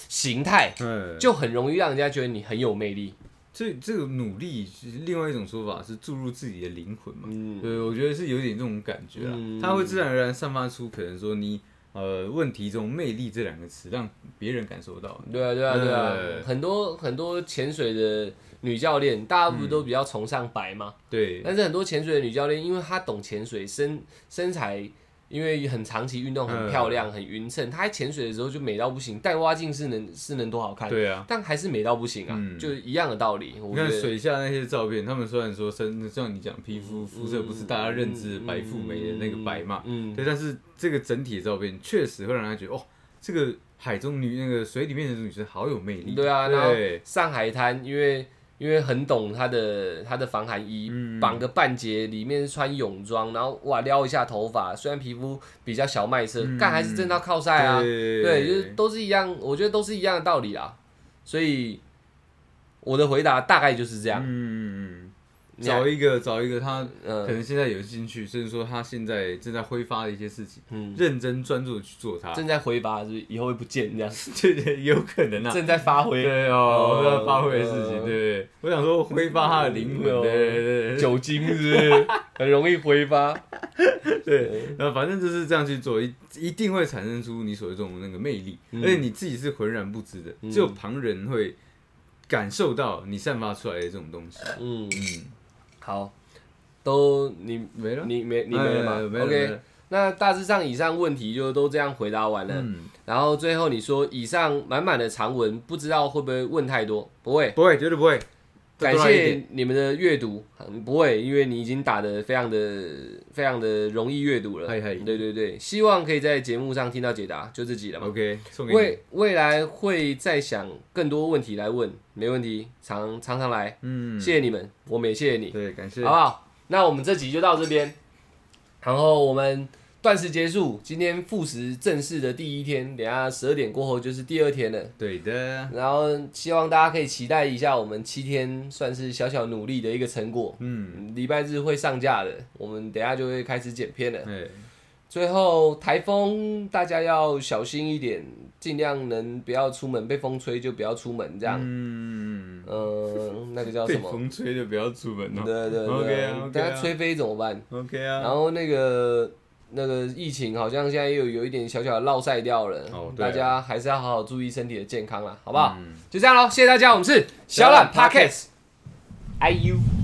S1: 形态，
S2: 嗯
S1: 就很容易让人家觉得你很有魅力。
S2: 这这个努力，其实另外一种说法是注入自己的灵魂嘛。
S1: 嗯
S2: 对，我觉得是有点这种感觉啊，
S1: 嗯
S2: 它会自然而然散发出可能说你呃问题中魅力这两个词，让别人感受到。
S1: 对啊，对啊，对啊，
S2: 对
S1: 很多很多潜水的女教练，大家不都比较崇尚白吗？
S2: 对，
S1: 但是很多潜水的女教练，因为她懂潜水，身身材因为很长期运动，
S2: 嗯
S1: 很漂亮，很匀称，她在潜水的时候就美到不行，戴蛙镜是能是能多好看，
S2: 对啊。
S1: 但还是美到不行啊，
S2: 嗯
S1: 就是一样的道理。我
S2: 你
S1: 觉
S2: 看
S1: 得
S2: 水下那些照片，他们虽然说身，像你讲皮肤肤色不是大家认知白富美的那个白嘛，
S1: 嗯，
S2: 对，但是这个整体的照片确实会让人家觉得，哦，这个海中女那个水里面的女生好有魅力。
S1: 对啊，然后
S2: 对，
S1: 上海滩，因为因为很懂她的她的防寒衣，
S2: 嗯
S1: 绑个半截，里面穿泳装，然后哇撩一下头发，虽然皮肤比较小麦色，干、还是正到靠晒啊，
S2: 嗯对
S1: 对，就是都是一样，我觉得都是一样的道理啦。所以我的回答大概就是这样。
S2: 嗯，
S1: 你还
S2: 找一个找一个他
S1: 嗯
S2: 可能现在有兴趣，甚至说他现在正在挥发的一些事情，
S1: 嗯，
S2: 认真专注地去做它，
S1: 正在挥发，是不是以后会不见这样？
S2: 这这也有可能啊。
S1: 正在发挥
S2: 对哦，
S1: 呃
S2: 我要发挥的事情，
S1: 呃
S2: 对，我想说挥发他的灵魂，
S1: 呃
S2: 对对对对
S1: 酒精，是不 是很容易挥发？
S2: 对，然后反正就是这样去做，一一定会产生出你所谓这种那个魅力，
S1: 嗯
S2: 而且你自己是浑然不知的，只有旁人会感受到你散发出来的这种东西。
S1: 嗯，
S2: 嗯，
S1: 好，都你
S2: 没了，
S1: 你没你没了吗
S2: 哎没了没
S1: OK，
S2: 了
S1: 那大致上以上问题就都这样回答完了。
S2: 嗯，
S1: 然后最后你说以上满满的长文，不知道会不会问太多？不会，
S2: 不会，绝对不会。再
S1: 感
S2: 多来一点
S1: 谢你们的阅读，嗯不会，因为你已经打得非常的、非常的容易阅读了。
S2: 嗨嗨
S1: 对对对，希望可以在节目上听到解答，就自己了嘛。
S2: OK，送给你。
S1: 未未来会再想更多问题来问，没问题，常常常来。
S2: 嗯，
S1: 谢谢你们，我们也谢谢你，
S2: 对，感谢
S1: 好不。好？那我们这集就到这边，然后我们断食结束，今天复食正式的第一天，等一下十二点过后就是第二天了。
S2: 对的，
S1: 然后希望大家可以期待一下我们七天算是小小努力的一个成果。
S2: 嗯，
S1: 礼拜日会上架的，我们等一下就会开始剪片了。
S2: 哎，
S1: 最后台风大家要小心一点，尽量能不要出门，被风吹就不要出门这样。
S2: 嗯，
S1: 嗯，那个叫
S2: 被
S1: 什么？
S2: 风吹就不要出门
S1: 对
S2: 哦。
S1: 对对
S2: OK 啊，OK 啊
S1: 等下吹飞怎么办？
S2: OK
S1: 然
S2: 啊，
S1: 后那个那个疫情好像现在又有一点小小的落晒掉了，
S2: 哦对啊
S1: 大家还是要好好注意身体的健康啦，好不好？
S2: 嗯
S1: 就这样喽，谢谢大家，我们是小懒 Pockets，I U。